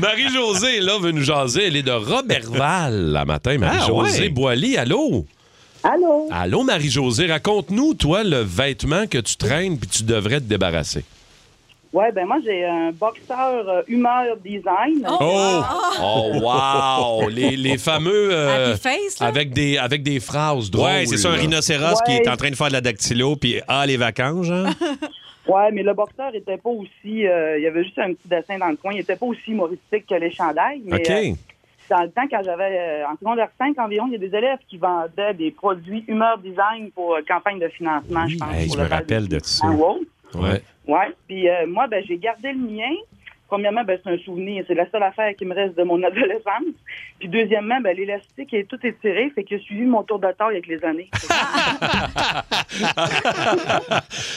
C: Marie-Josée, là, veut nous jaser. Elle est de Robertval, la matin. Marie-Josée
F: Ah ouais.
C: Boilly, allô?
K: Allô?
C: Allô, Marie-Josée. Raconte-nous, toi, le vêtement que tu traînes puis tu devrais te débarrasser.
K: Ouais, ben moi, j'ai un boxeur euh, humeur design.
C: Oh! Oh, wow! Les, les fameux. euh,
K: Happy face, là?
C: avec, des, avec des phrases drôles.
F: Ouais, c'est ça, un
C: là.
F: rhinocéros qui
K: Ouais.
F: est en train de faire de la dactylo, puis ah, les vacances, genre.
K: Ouais, mais le boxeur était pas aussi. euh, il y avait juste un petit dessin dans le coin. Il était pas aussi humoristique que les chandails. Mais,
F: OK.
K: euh, dans le temps, quand j'avais euh, en secondaire 5 environ, il y a des élèves qui vendaient des produits humeur design pour euh, campagne de financement, je pense.
F: ben, Hey,
K: Ah, pour
F: je me
K: le bal
F: rappelle de ça.
K: Ah, wow.
F: Ouais.
K: Ouais. Puis euh, moi, ben, j'ai gardé le mien. Premièrement, ben, c'est un souvenir. C'est la seule affaire qui me reste de mon adolescence. Puis deuxièmement, ben, l'élastique est tout étiré. Fait que j'ai suivi mon tour de taille avec les années.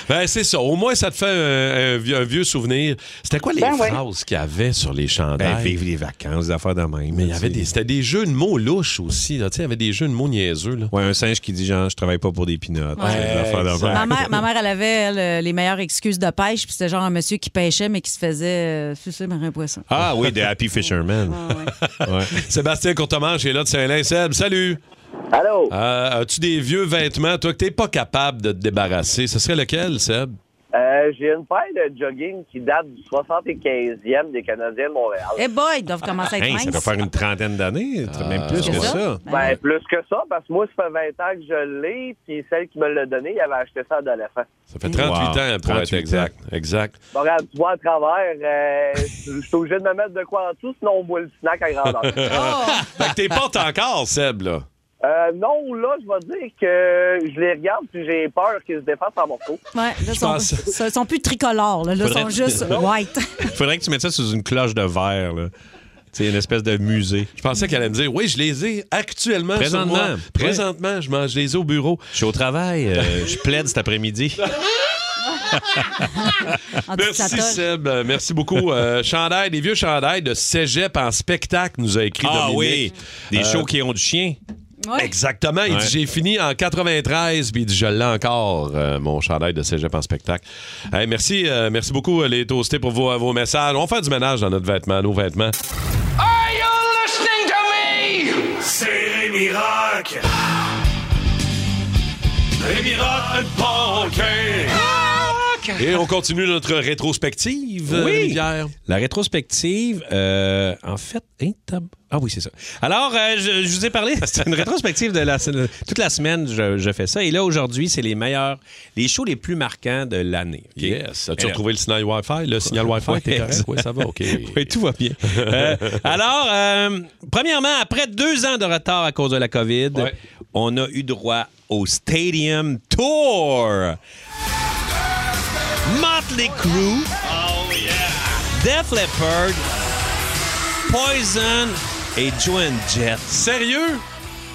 C: Ben, c'est ça. Au moins, ça te fait un, un vieux- un vieux souvenir. C'était quoi les
K: Ben ouais.
C: phrases qu'il y avait sur les chandails?
F: Ben, vive les vacances, des affaires de même.
C: Mais il y avait des, c'était des jeux de mots louches aussi. là. Tu sais, il y avait des jeux de mots niaiseux. Là.
F: Ouais, un singe qui dit, genre, je travaille pas pour des pinottes.
C: Ouais.
F: des affaires de
C: Ouais.
E: Ma
F: même.
E: mère, ma mère, elle avait elle, euh, les meilleures excuses de pêche, puis c'était genre un monsieur qui pêchait, mais qui se faisait euh, sucer par un poisson.
F: Ah oui, des Happy Fishermen.
K: Ah,
C: Sébastien Courtemanche est là de Saint-Lin. Seb, salut! Euh,
K: Allô?
C: As-tu des vieux vêtements, toi, que t'es pas capable de te débarrasser? Ce serait lequel, Seb?
K: Euh,
M: Euh, j'ai une paille de jogging qui date du 75e des Canadiens de Montréal.
E: Eh boy, ils doivent commencer à être
F: Hein, ça doit
E: minces.
F: faire une trentaine d'années,
C: Ah,
F: même plus que ça.
M: Ben, plus que ça, parce que moi, ça fait 20 ans que je l'ai, puis celle qui me l'a donné, elle avait acheté ça adolescent.
C: Ça fait 38
F: Mmh. Wow,
C: ans, pour
F: 38
C: être exact. Exact.
M: Bon, regarde, tu vois à travers, euh, je suis obligé de me mettre de quoi en dessous, sinon on boit le snack à
C: Oh!
M: grandeur.
C: fait que t'es portes encore, Seb, là.
M: Euh, non, là, je vais dire que je les regarde, puis j'ai peur qu'ils se défassent en morceaux.
E: Ouais, là,
M: Je
E: sont,
M: pense-
E: ils sont plus tricolores. Là, Là, ils sont
F: Faudrait-
E: juste white.
F: Faudrait que tu mettes ça sous une cloche de verre, là. C'est une espèce de musée.
C: Je pensais qu'elle allait me dire, oui, je les ai actuellement. sur
F: Présentement.
C: moi. Présentement, je mange les ai au bureau.
F: Je suis au travail, euh, je plaide cet après-midi.
C: Merci Seb, Euh, merci beaucoup. Euh, chandail, des vieux chandails de Cégep en spectacle nous a écrit
F: Ah
C: Dominique. Euh,
F: oui, des shows
C: qui ont du chien.
E: Ouais.
C: Exactement. Il
F: Ouais.
C: dit j'ai fini en 93 puis il dit je l'ai encore euh, mon chandail de Cégep en spectacle. Hey, merci, euh, merci beaucoup euh, les toastés pour vos, vos messages. On fait du ménage dans notre vêtement, nos vêtements.
B: Are you listening to me? C'est Rémi Rock. Rémi Rock, le banquet.
C: Et on continue notre rétrospective. euh,
F: Oui.
C: Rivière.
F: La rétrospective, euh, en fait, hein, tab- ah oui, c'est ça. Alors, euh, je, je vous ai parlé, c'est une rétrospective de la toute la semaine, je, je fais ça. Et là, aujourd'hui, c'est les meilleurs, les shows les plus marquants de l'année. OK?
C: Yes. As-tu
F: Et là-
C: retrouvé le signal Wi-Fi? Le signal Wi-Fi,
F: Ouais,
C: t'es correct?
F: exact.
C: Oui, ça va, OK.
F: Oui, tout va bien. Euh, alors, euh, premièrement, après deux ans de retard à cause de la COVID, on a eu droit au Stadium Tour. Motley Crue, Def Leppard, Poison et Joan Jett.
C: Sérieux?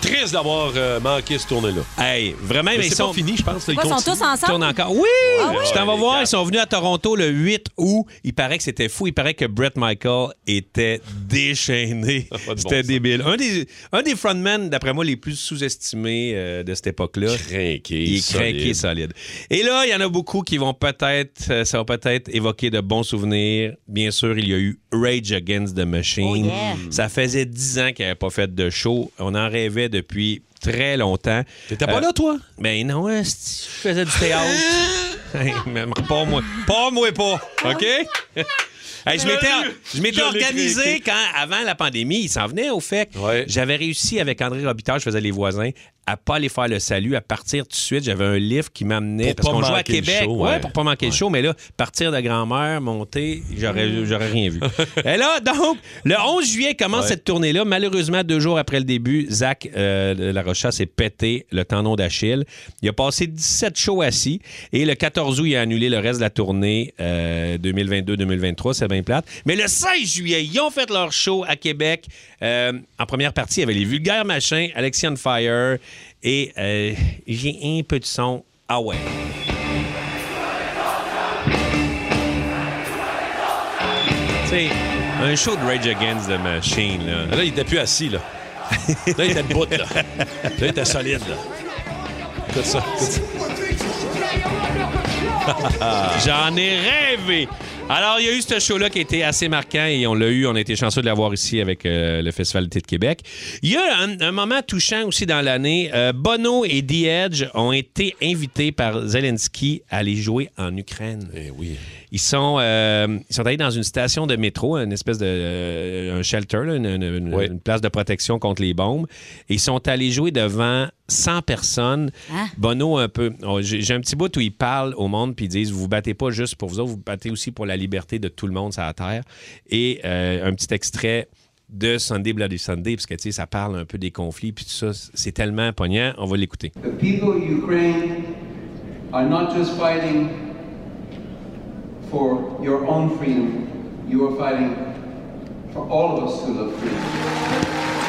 C: Triste d'avoir euh, manqué ce tournée-là.
F: Hey, vraiment,
C: Mais
F: mais ils
C: c'est pas
F: sont
C: fini, je pense, là, ils
E: Quoi, sont
C: continuent.
E: tous ensemble?
F: Tourne encore. Oui!
E: Ah oui?
F: Je t'en vais voir. Ils sont venus à Toronto le 8 août. Il paraît que c'était fou. Il paraît que Brett Michael était déchaîné.
C: de bon
F: c'était
C: sens.
F: débile. Un des, un des frontmen, d'après moi, les plus sous-estimés euh, de cette époque-là. Il est craqué solide. Et là, il y en a beaucoup qui vont peut-être, euh, ça va peut-être évoquer de bons souvenirs. Bien sûr, il y a eu Rage Against the Machine.
E: Oh yeah.
F: Ça faisait 10 ans qu'il n'y avait pas fait de show. On en rêvait depuis très longtemps. T'étais
C: pas là,
F: toi? Ben non, hein, si je faisais du théâtre. Hey, mais pas moi. Pas moi pas, OK? Hey, je m'étais, je m'étais
C: Je l'ai craqué.
F: organisé quand, avant la pandémie, il s'en venait au fait. que J'avais réussi avec André Robitaille, je faisais les voisins, à pas aller faire le salut, à partir tout de suite. J'avais un livre qui m'amenait.
C: Pour
F: Parce
C: pas
F: qu'on jouait à
C: manquer le
F: Québec.
C: show,
F: ouais,
C: ouais.
F: pour pas manquer le show. Mais là, partir de grand-mère, monter, j'aurais, j'aurais rien vu. Et là, donc, le 11 juillet commence
C: Ouais.
F: cette tournée-là. Malheureusement, deux jours après le début, Zach euh, La Rocha s'est pété le tendon d'Achille. Il a passé 17 shows assis. Et le 14 août, il a annulé le reste de la tournée euh, 2022-2023. C'est bien plate. Mais le 16 juillet, ils ont fait leur show à Québec. Euh, en première partie, il y avait les vulgaires machins, Alexian Fire. Et euh, j'ai un peu de son. Ah ouais. Tu sais, un show de Rage Against the Machine, là.
C: Là, il était plus assis, là. Là, il était debout, là. Là, il était solide, là. Écoute ça. écoute ça.
F: J'en ai rêvé. Alors, il y a eu ce show-là qui était assez marquant et on l'a eu. On a été chanceux de l'avoir ici avec euh, le Festival d'été de Québec. Il y a un, un moment touchant aussi dans l'année. Euh, Bono et The Edge ont été invités par Zelensky à aller jouer en Ukraine.
C: Eh oui.
F: Ils sont, euh, ils sont allés dans une station de métro, une espèce de euh, un shelter, là, une, une- une-
C: Oui.
F: une place de protection contre les bombes. Et ils sont allés jouer devant 100 personnes.
E: Hein?
F: Bono, un peu. oh, J'ai j'ai un petit bout où il parle au monde puis ils disent Vous vous battez pas juste pour vous autres, vous vous battez aussi pour la liberté de tout le monde sur la terre. Et euh, un petit extrait de Sunday Bloody Sunday, parce que tu sais, ça parle un peu des conflits puis tout ça. C'est tellement poignant. On va l'écouter.
N: The people of Ukraine are not just fighting for your own freedom, you are fighting for all of us who love freedom.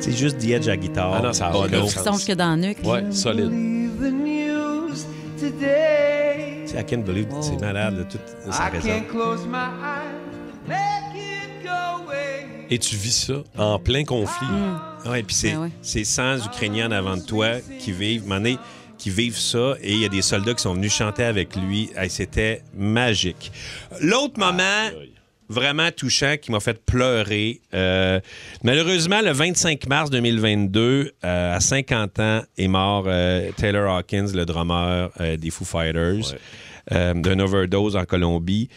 F: C'est juste The Edge à guitare.
C: Ah non, ça a
F: Bono.
C: aucun
E: Ils sont jusque dans le nuque.
F: Ouais, solide.
G: The news today.
F: Tu sais, I can't believe, c'est malade, là, tout ça
G: I
F: résonne.
G: can't close my eyes. Let it go away.
F: Et tu vis ça en plein conflit. Ouais, puis c'est
E: Ah ouais.
F: c'est 100 Ukrainiens en avant de toi qui vivent, m'en est- qui vivent ça. Et il y a des soldats qui sont venus chanter avec lui. Hey, C'était magique. L'autre moment vraiment touchant qui m'a fait pleurer. Euh, malheureusement, le 25 mars 2022, euh, à 50 ans, est mort euh, Taylor Hawkins, le drummer euh, des Foo Fighters, euh, d'une overdose en Colombie.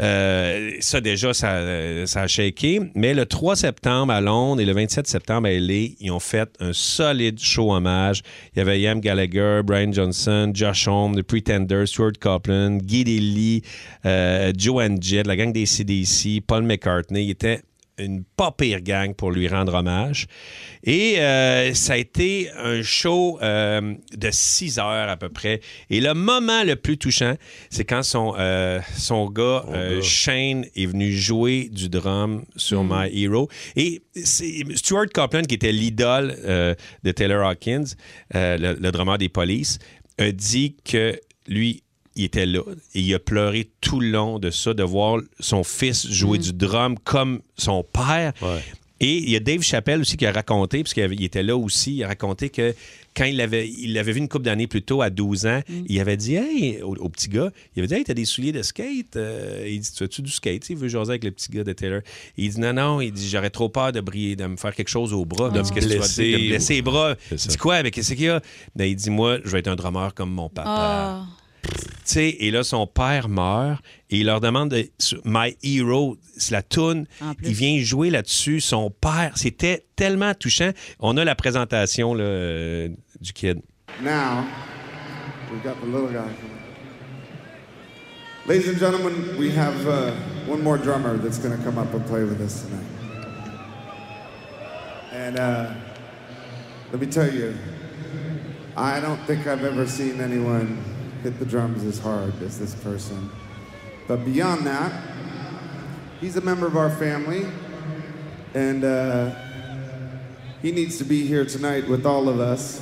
F: Euh, ça, déjà, ça, euh, ça a shaké. Mais le 3 septembre à Londres et le 27 septembre à LA, ils ont fait un solide show hommage. Il y avait Ian Gallagher, Brian Johnson, Josh Homme, The Pretender, Stuart Copeland, Guy Daly, euh, Joe and Jett, la gang des CDC, Paul McCartney. Ils étaient une pas pire gang pour lui rendre hommage. Et euh, ça a été un show euh, de 6 heures à peu près. Et le moment le plus touchant, c'est quand son, euh, son gars, euh,
C: gars.
F: Shane, est venu jouer du drum sur
C: Mm.
F: My Hero. Et c'est Stuart Copeland, qui était l'idole euh, de Taylor Hawkins, euh, le, le drummer des polices, a dit que lui, il était là et il a pleuré tout le long de ça, de voir son fils jouer
C: Mm.
F: du drum comme son père. Et il y a Dave Chappelle aussi qui a raconté, parce qu'il avait- il était là aussi, il a raconté que quand il l'avait il l'avait vu une couple d'années plus tôt, à 12 ans,
C: Mm.
F: il avait dit hey, au, au petit gars, il avait dit Hey, t'as des souliers de skate Euh, Il dit Tu as-tu du skate Il veut jaser avec le petit gars de Taylor. il dit Non, non, il dit J'aurais trop peur de briller, de me faire quelque chose au bras,
C: De
F: Qu'est-ce
C: me
F: que tu vas
C: blesser
F: dire? De me
C: ou-
F: blesser les bras.
C: Ah. C'est ça.
F: Il dit Quoi Mais qu'est-ce qu'il y a Ben, Il dit Moi, je vais être un drummer comme mon papa.
C: Ah.
F: Tu sais, et là, son père meurt et il leur demande de- sur My Hero, c'est la toune. Il vient jouer là-dessus. Son père, c'était tellement touchant. On a la présentation là, euh, du kid.
O: Now, we've got the little guy. Ladies and gentlemen, we have uh, one more drummer that's going to come up and play with us tonight. And uh, let me tell you, I don't think I've ever seen anyone hit the drums as hard as this person. But beyond that, he's a member of our family, and uh, he needs to be here tonight with all of us.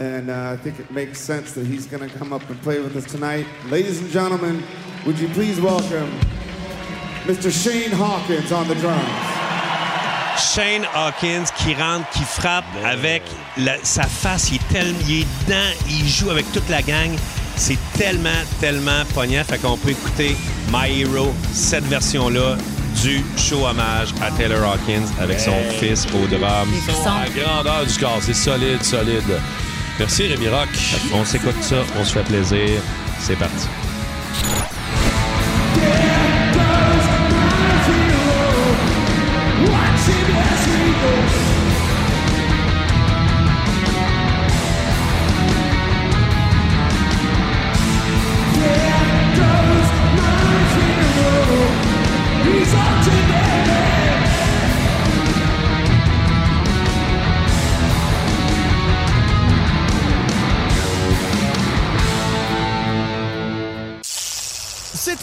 O: And uh, I think it makes sense that he's going to come up and play with us tonight. Ladies and gentlemen, would you please welcome Mr. Shane Hawkins on the drums?
F: Shane Hawkins qui rentre, qui frappe avec la- sa face, il est tellement, il est dedans, il joue avec toute la gang. C'est tellement, tellement poignant. Fait qu'on peut écouter My Hero, cette version-là du show hommage à Taylor Hawkins avec son
C: Hey.
F: fils au drum.
C: La grandeur du corps, c'est solide, solide. Merci Rémi Rock.
F: On s'écoute ça, on se fait plaisir. C'est parti.
B: He's up to me.
I: Cet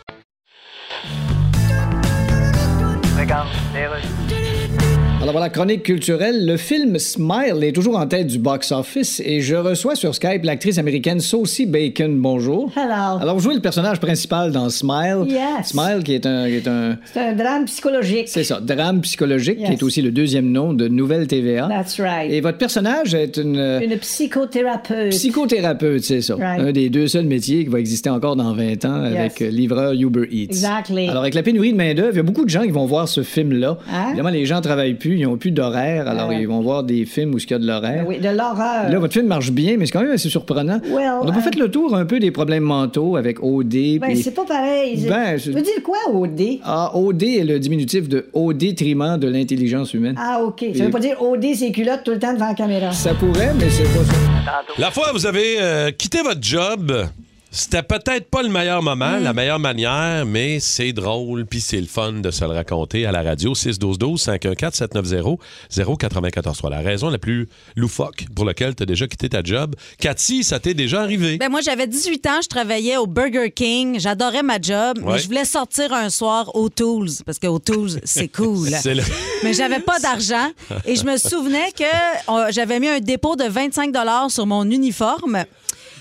H: Alors voilà, chronique culturelle. Le film Smile est toujours en tête du box-office et je reçois sur Skype l'actrice américaine Saucy Bacon. Bonjour.
P: Hello.
H: Alors, vous jouez le personnage principal dans Smile.
P: Yes.
H: Smile qui est un... qui est un-
P: C'est un drame psychologique.
H: C'est ça, drame psychologique, qui
P: Yes.
H: est aussi le deuxième nom de Nouvelle TVA.
P: That's right.
H: Et votre personnage est une... euh,
P: Une psychothérapeute.
H: Psychothérapeute, c'est ça.
P: Right.
H: Un des deux seuls métiers qui va exister encore dans 20 ans
P: Yes.
H: avec euh, livreur Uber Eats.
P: Exactly.
H: Alors, hein? avec la pénurie de main-d'œuvre, il y a beaucoup de gens qui vont voir ce film-là.
P: Hein? Ah
H: Évidemment, les gens travaillent plus, ils n'ont plus d'horaire, alors
P: ouais. Ah
H: ils vont voir des films où il y a de l'horaire.
P: Ben oui, de l'horreur.
H: Là, votre film marche bien, mais c'est quand même assez surprenant.
P: Well,
H: On n'a pas
P: euh,
H: fait le tour un peu des problèmes mentaux avec OD.
P: Ben,
H: puis-
P: c'est pas pareil.
H: Ben,
P: je...
H: je-
P: veux dire quoi, OD?
H: Ah, OD est le diminutif de au détriment de l'intelligence humaine.
P: Ah, OK. Ça veut pas dire OD, c'est culotte tout le temps devant la caméra.
H: Ça pourrait, mais c'est pas ça.
C: La fois, vous avez euh, quitté votre job C'était peut-être pas le meilleur moment,
E: Hmm.
C: la meilleure manière, mais c'est drôle, puis c'est le fun de se le raconter à la radio. 612-12-514-790-0943. La raison la plus loufoque pour laquelle tu as déjà quitté ta job. Cathy, ça t'est déjà arrivé.
E: Ben moi, j'avais 18 ans, je travaillais au Burger King, j'adorais ma job,
C: Ouais.
E: mais je voulais sortir un soir au Tools, parce que au Tools, c'est cool.
C: C'est le-
E: Mais j'avais pas d'argent et je me souvenais que euh, j'avais mis un dépôt de 25 sur mon uniforme.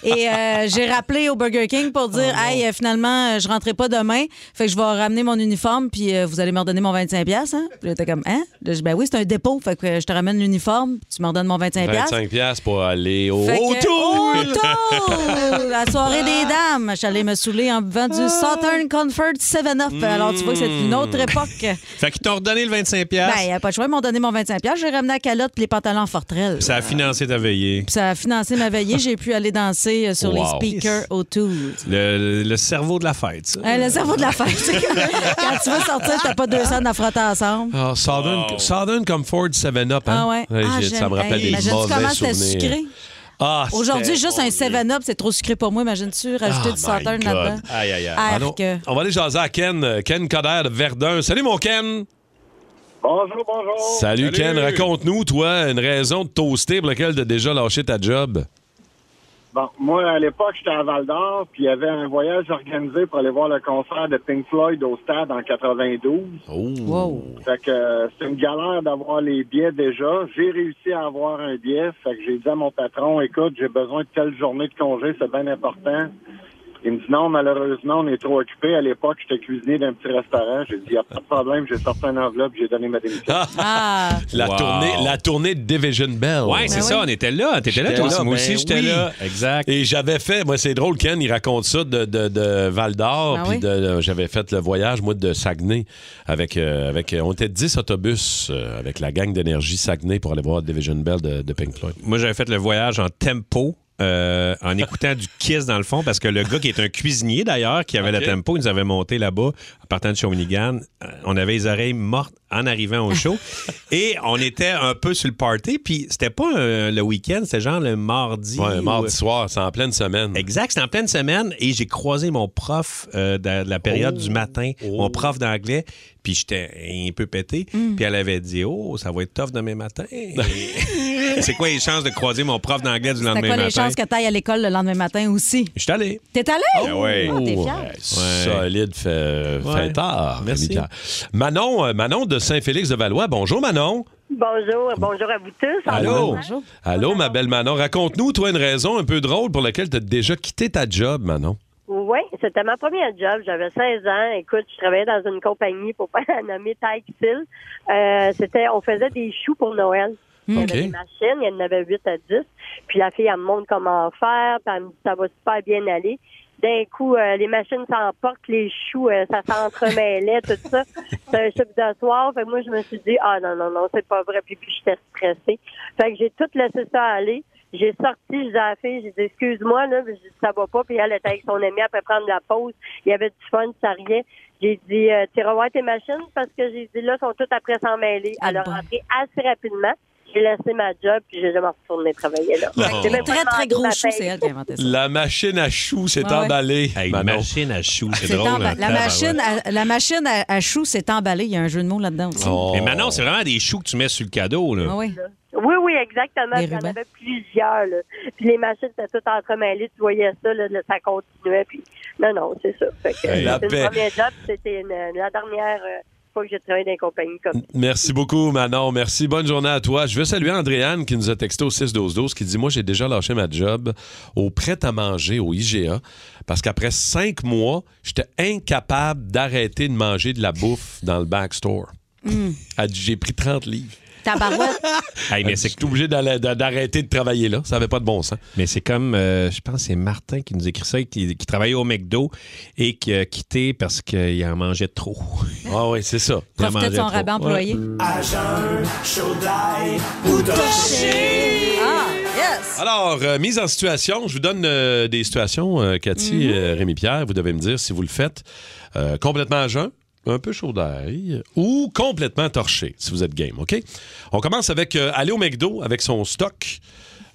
E: Et euh, j'ai rappelé au Burger King pour dire
C: Oh,
E: Hey, euh, finalement, euh, je rentrerai pas demain. Fait que je vais ramener mon uniforme, puis euh, vous allez me redonner mon 25$. Hein? Puis là, t'es comme Hein? Là, je dis, ben oui, c'est un dépôt. Fait que euh, je te ramène l'uniforme, tu me redonnes mon 25$.
C: 25$ piastres pour aller au
E: Ben, Fait que-
C: O'Toole!
E: Autour! Oh! La soirée des
C: Ah!
E: dames. J'allais me saouler en buvant du Southern Comfort 7-Up. Alors, tu vois que c'est
C: Hmm.
E: une autre époque.
F: Fait qu'ils t'ont redonné le 25$.
E: Ben, il n'y a pas de choix. Ils m'ont donné mon 25$. piastres. J'ai ramené la calotte et les pantalons en forterelle.
F: Puis ça a financé ta veillée.
E: Puis ça a financé ma veillée. J'ai pu aller danser euh, sur
F: Wow.
E: les speakers autour.
F: Le, le cerveau de la fête, ça.
E: Hein, le cerveau de la fête. c'est que Quand tu vas sortir, t'as pas 200 à frotter ensemble.
C: Ah, Southern, Southern Comfort 7-Up. Hein?
E: Ah ouais. Ah,
C: j'ai- ça
E: j'aime-
C: me rappelle
E: Hey,
C: des
E: imagine-tu
C: mauvais
E: comment c'était
C: souvenirs.
E: sucré?
C: Ah,
E: Aujourd'hui,
C: c'était
E: juste un 7-Up, c'est trop sucré pour moi. Imagine-tu rajouter
C: Oh my
E: du Southern
C: God.
E: là-dedans?
C: Aïe, aïe, aïe.
E: Ah,
C: Allô?
E: que-
C: On va aller jaser à Ken. euh, Ken Coderre de Verdun. Salut, mon Ken.
M: Bonjour, bonjour.
C: Salut, Ken. Raconte-nous, toi, une raison de toaster pour laquelle tu as déjà lâché ta job.
M: Bon, moi, à l'époque, j'étais à Val d'Or, puis il y avait un voyage organisé pour aller voir le concert de Pink Floyd au stade en 92.
C: Oh.
M: Fait que euh, c'est une galère d'avoir les billets déjà. J'ai réussi à avoir un billet. Fait que j'ai dit à mon patron, écoute, j'ai besoin de telle journée de congé, c'est bien important. Il me dit non, malheureusement, on est trop occupé. À l'époque, j'étais cuisinier d'un petit restaurant. J'ai dit, il n'y a pas de problème, j'ai sorti une enveloppe, j'ai donné ma démission.
E: Ah,
C: La,
F: Wow.
C: tournée, la tournée de Division Bell.
F: Ouais, c'est Ben ça, oui. on était là. T'étais là, toi aussi. Moi aussi, j'étais là.
C: Exact. Et j'avais fait, moi, c'est drôle, Ken, il raconte ça de, de- de Val d'Or.
F: Ah
C: puis
F: oui?
C: de- de- j'avais fait le voyage, moi, de Saguenay. Avec, euh, avec, euh, on était 10 autobus euh, avec la gang d'énergie Saguenay pour aller voir Division Bell de, de Pink Floyd.
F: Moi, j'avais fait le voyage en tempo. euh, en écoutant du Kiss dans le fond, parce que le gars qui est un cuisinier d'ailleurs, qui avait
C: Ok.
F: le tempo, il nous avait monté là-bas en partant de Shawinigan. Euh, On avait les oreilles mortes en arrivant au show. et on était un peu sur le party, puis c'était pas euh, le week-end, c'était genre le mardi. euh,
C: Ouais, mardi soir, c'est en pleine semaine.
F: Exact, c'est en pleine semaine. Et j'ai croisé mon prof euh, de, de la période
C: Oh. Mm.
F: du matin, mon prof d'anglais, puis j'étais un peu pété. Puis elle avait dit Oh, ça va être tough demain matin. C'est quoi les chances de croiser mon prof d'anglais du
E: C'était
F: lendemain
E: quoi les
F: matin?
E: chances que t'ailles à l'école le lendemain matin aussi?
F: Je suis allé.
E: T'es allé?
F: Ah ouais.
E: Ah, t'es
C: Oh,
E: fier.
C: ouais, Solide fait,
F: Ouais.
C: fait tard,
F: Merci.
C: Rémi Pierre. Manon, euh, Manon de Saint-Félix-de-Valois. Bonjour, Manon.
Q: Bonjour, bonjour à vous tous.
C: Allô?
Q: Bonjour.
C: Allô, ma belle Manon. Raconte-nous, toi, une raison un peu drôle pour laquelle tu as déjà quitté ta job, Manon.
Q: Oui, c'était ma première job. J'avais 16 ans. Écoute, je travaillais dans une compagnie pour pas la nommer Tyksil. Euh, c'était, on faisait des choux pour Noël. Il y avait
R: OK.
Q: des machines, il y en avait 8 à 10. Puis la fille, elle me montre comment faire, puis elle me dit ça va super bien aller. D'un coup, euh, les machines s'emportent, les choux, euh, ça s'entremêlait, tout ça. C'est un chiffre de soir. Fait que moi, je me suis dit, ah non, non, non, c'est pas vrai. Puis, puis j'étais stressée. Fait que j'ai tout laissé ça aller. J'ai sorti, j'ai dit à la fille, j'ai dit, excuse-moi, là, mais j'ai dit, ça va pas. Puis elle était avec son ami, elle peut prendre la pause. Il y avait du fun, ça riait. J'ai dit, euh, tu revois tes machines parce que j'ai dit, là, sont toutes après s'en mêler. Elle a rentré assez rapidement. J'ai laissé ma job, puis j'ai jamais retourné travailler là.
C: Non.
Q: Fait que j'ai même pas
E: Très, très
Q: demandé
E: gros
Q: ma
E: chou,
Q: paye.
E: c'est elle qui a inventé ça.
C: La machine à choux s'est
E: Ouais, ouais.
C: emballée.
F: La machine à choux,
E: C'est emballé. la, machine à, la machine à, à choux s'est emballée. Il y a un jeu de mots là-dedans aussi.
F: Mais Manon, c'est vraiment des choux que tu mets sur le cadeau. Là.
E: Ah oui.
Q: Oui, oui, exactement.
E: Des
Q: Puis Il y en
E: rubans.
Q: avait plusieurs. Là. Puis les machines étaient toutes entremêlées. Tu voyais ça, là, là, ça continuait. Puis non, non, c'est ça. Fait que,
C: Hey, la
Q: c'était
C: paix.
Q: une première job. puis C'était une- la dernière euh, fois que j'ai travaillé dans une compagnie comme ça.
C: Merci beaucoup, Manon. Merci. Bonne journée à toi. Je veux saluer Andréane qui nous a texté au 6-12-12 qui dit Moi, j'ai déjà lâché ma job au prêt-à-manger au IGA parce qu'après cinq mois, j'étais incapable d'arrêter de manger de la bouffe dans le backstore.
E: Hmm.
C: Elle dit, J'ai pris 30 livres.
E: Ta barouette.
C: mais c'est obligé d'aller- d'a- d'arrêter de travailler là. Ça n'avait pas de bon sens.
F: Mais c'est comme, euh, je pense, que c'est Martin qui nous écrit ça, qui, qui travaillait au McDo et qui a quitté parce qu'il en mangeait trop.
C: Ah oui, c'est ça.
E: Profitait de son rabat employé.
C: Ah,
B: ou
E: Ah, yes!
C: Alors, euh, mise en situation, je vous donne euh, des situations, euh, Cathy,
E: Mhm.
C: euh, Rémi-Pierre. Vous devez me dire si vous le faites euh, complètement à jeun, un peu chaud d'ail, ou complètement torché, si vous êtes game, OK? On commence avec euh, aller au McDo avec son stock.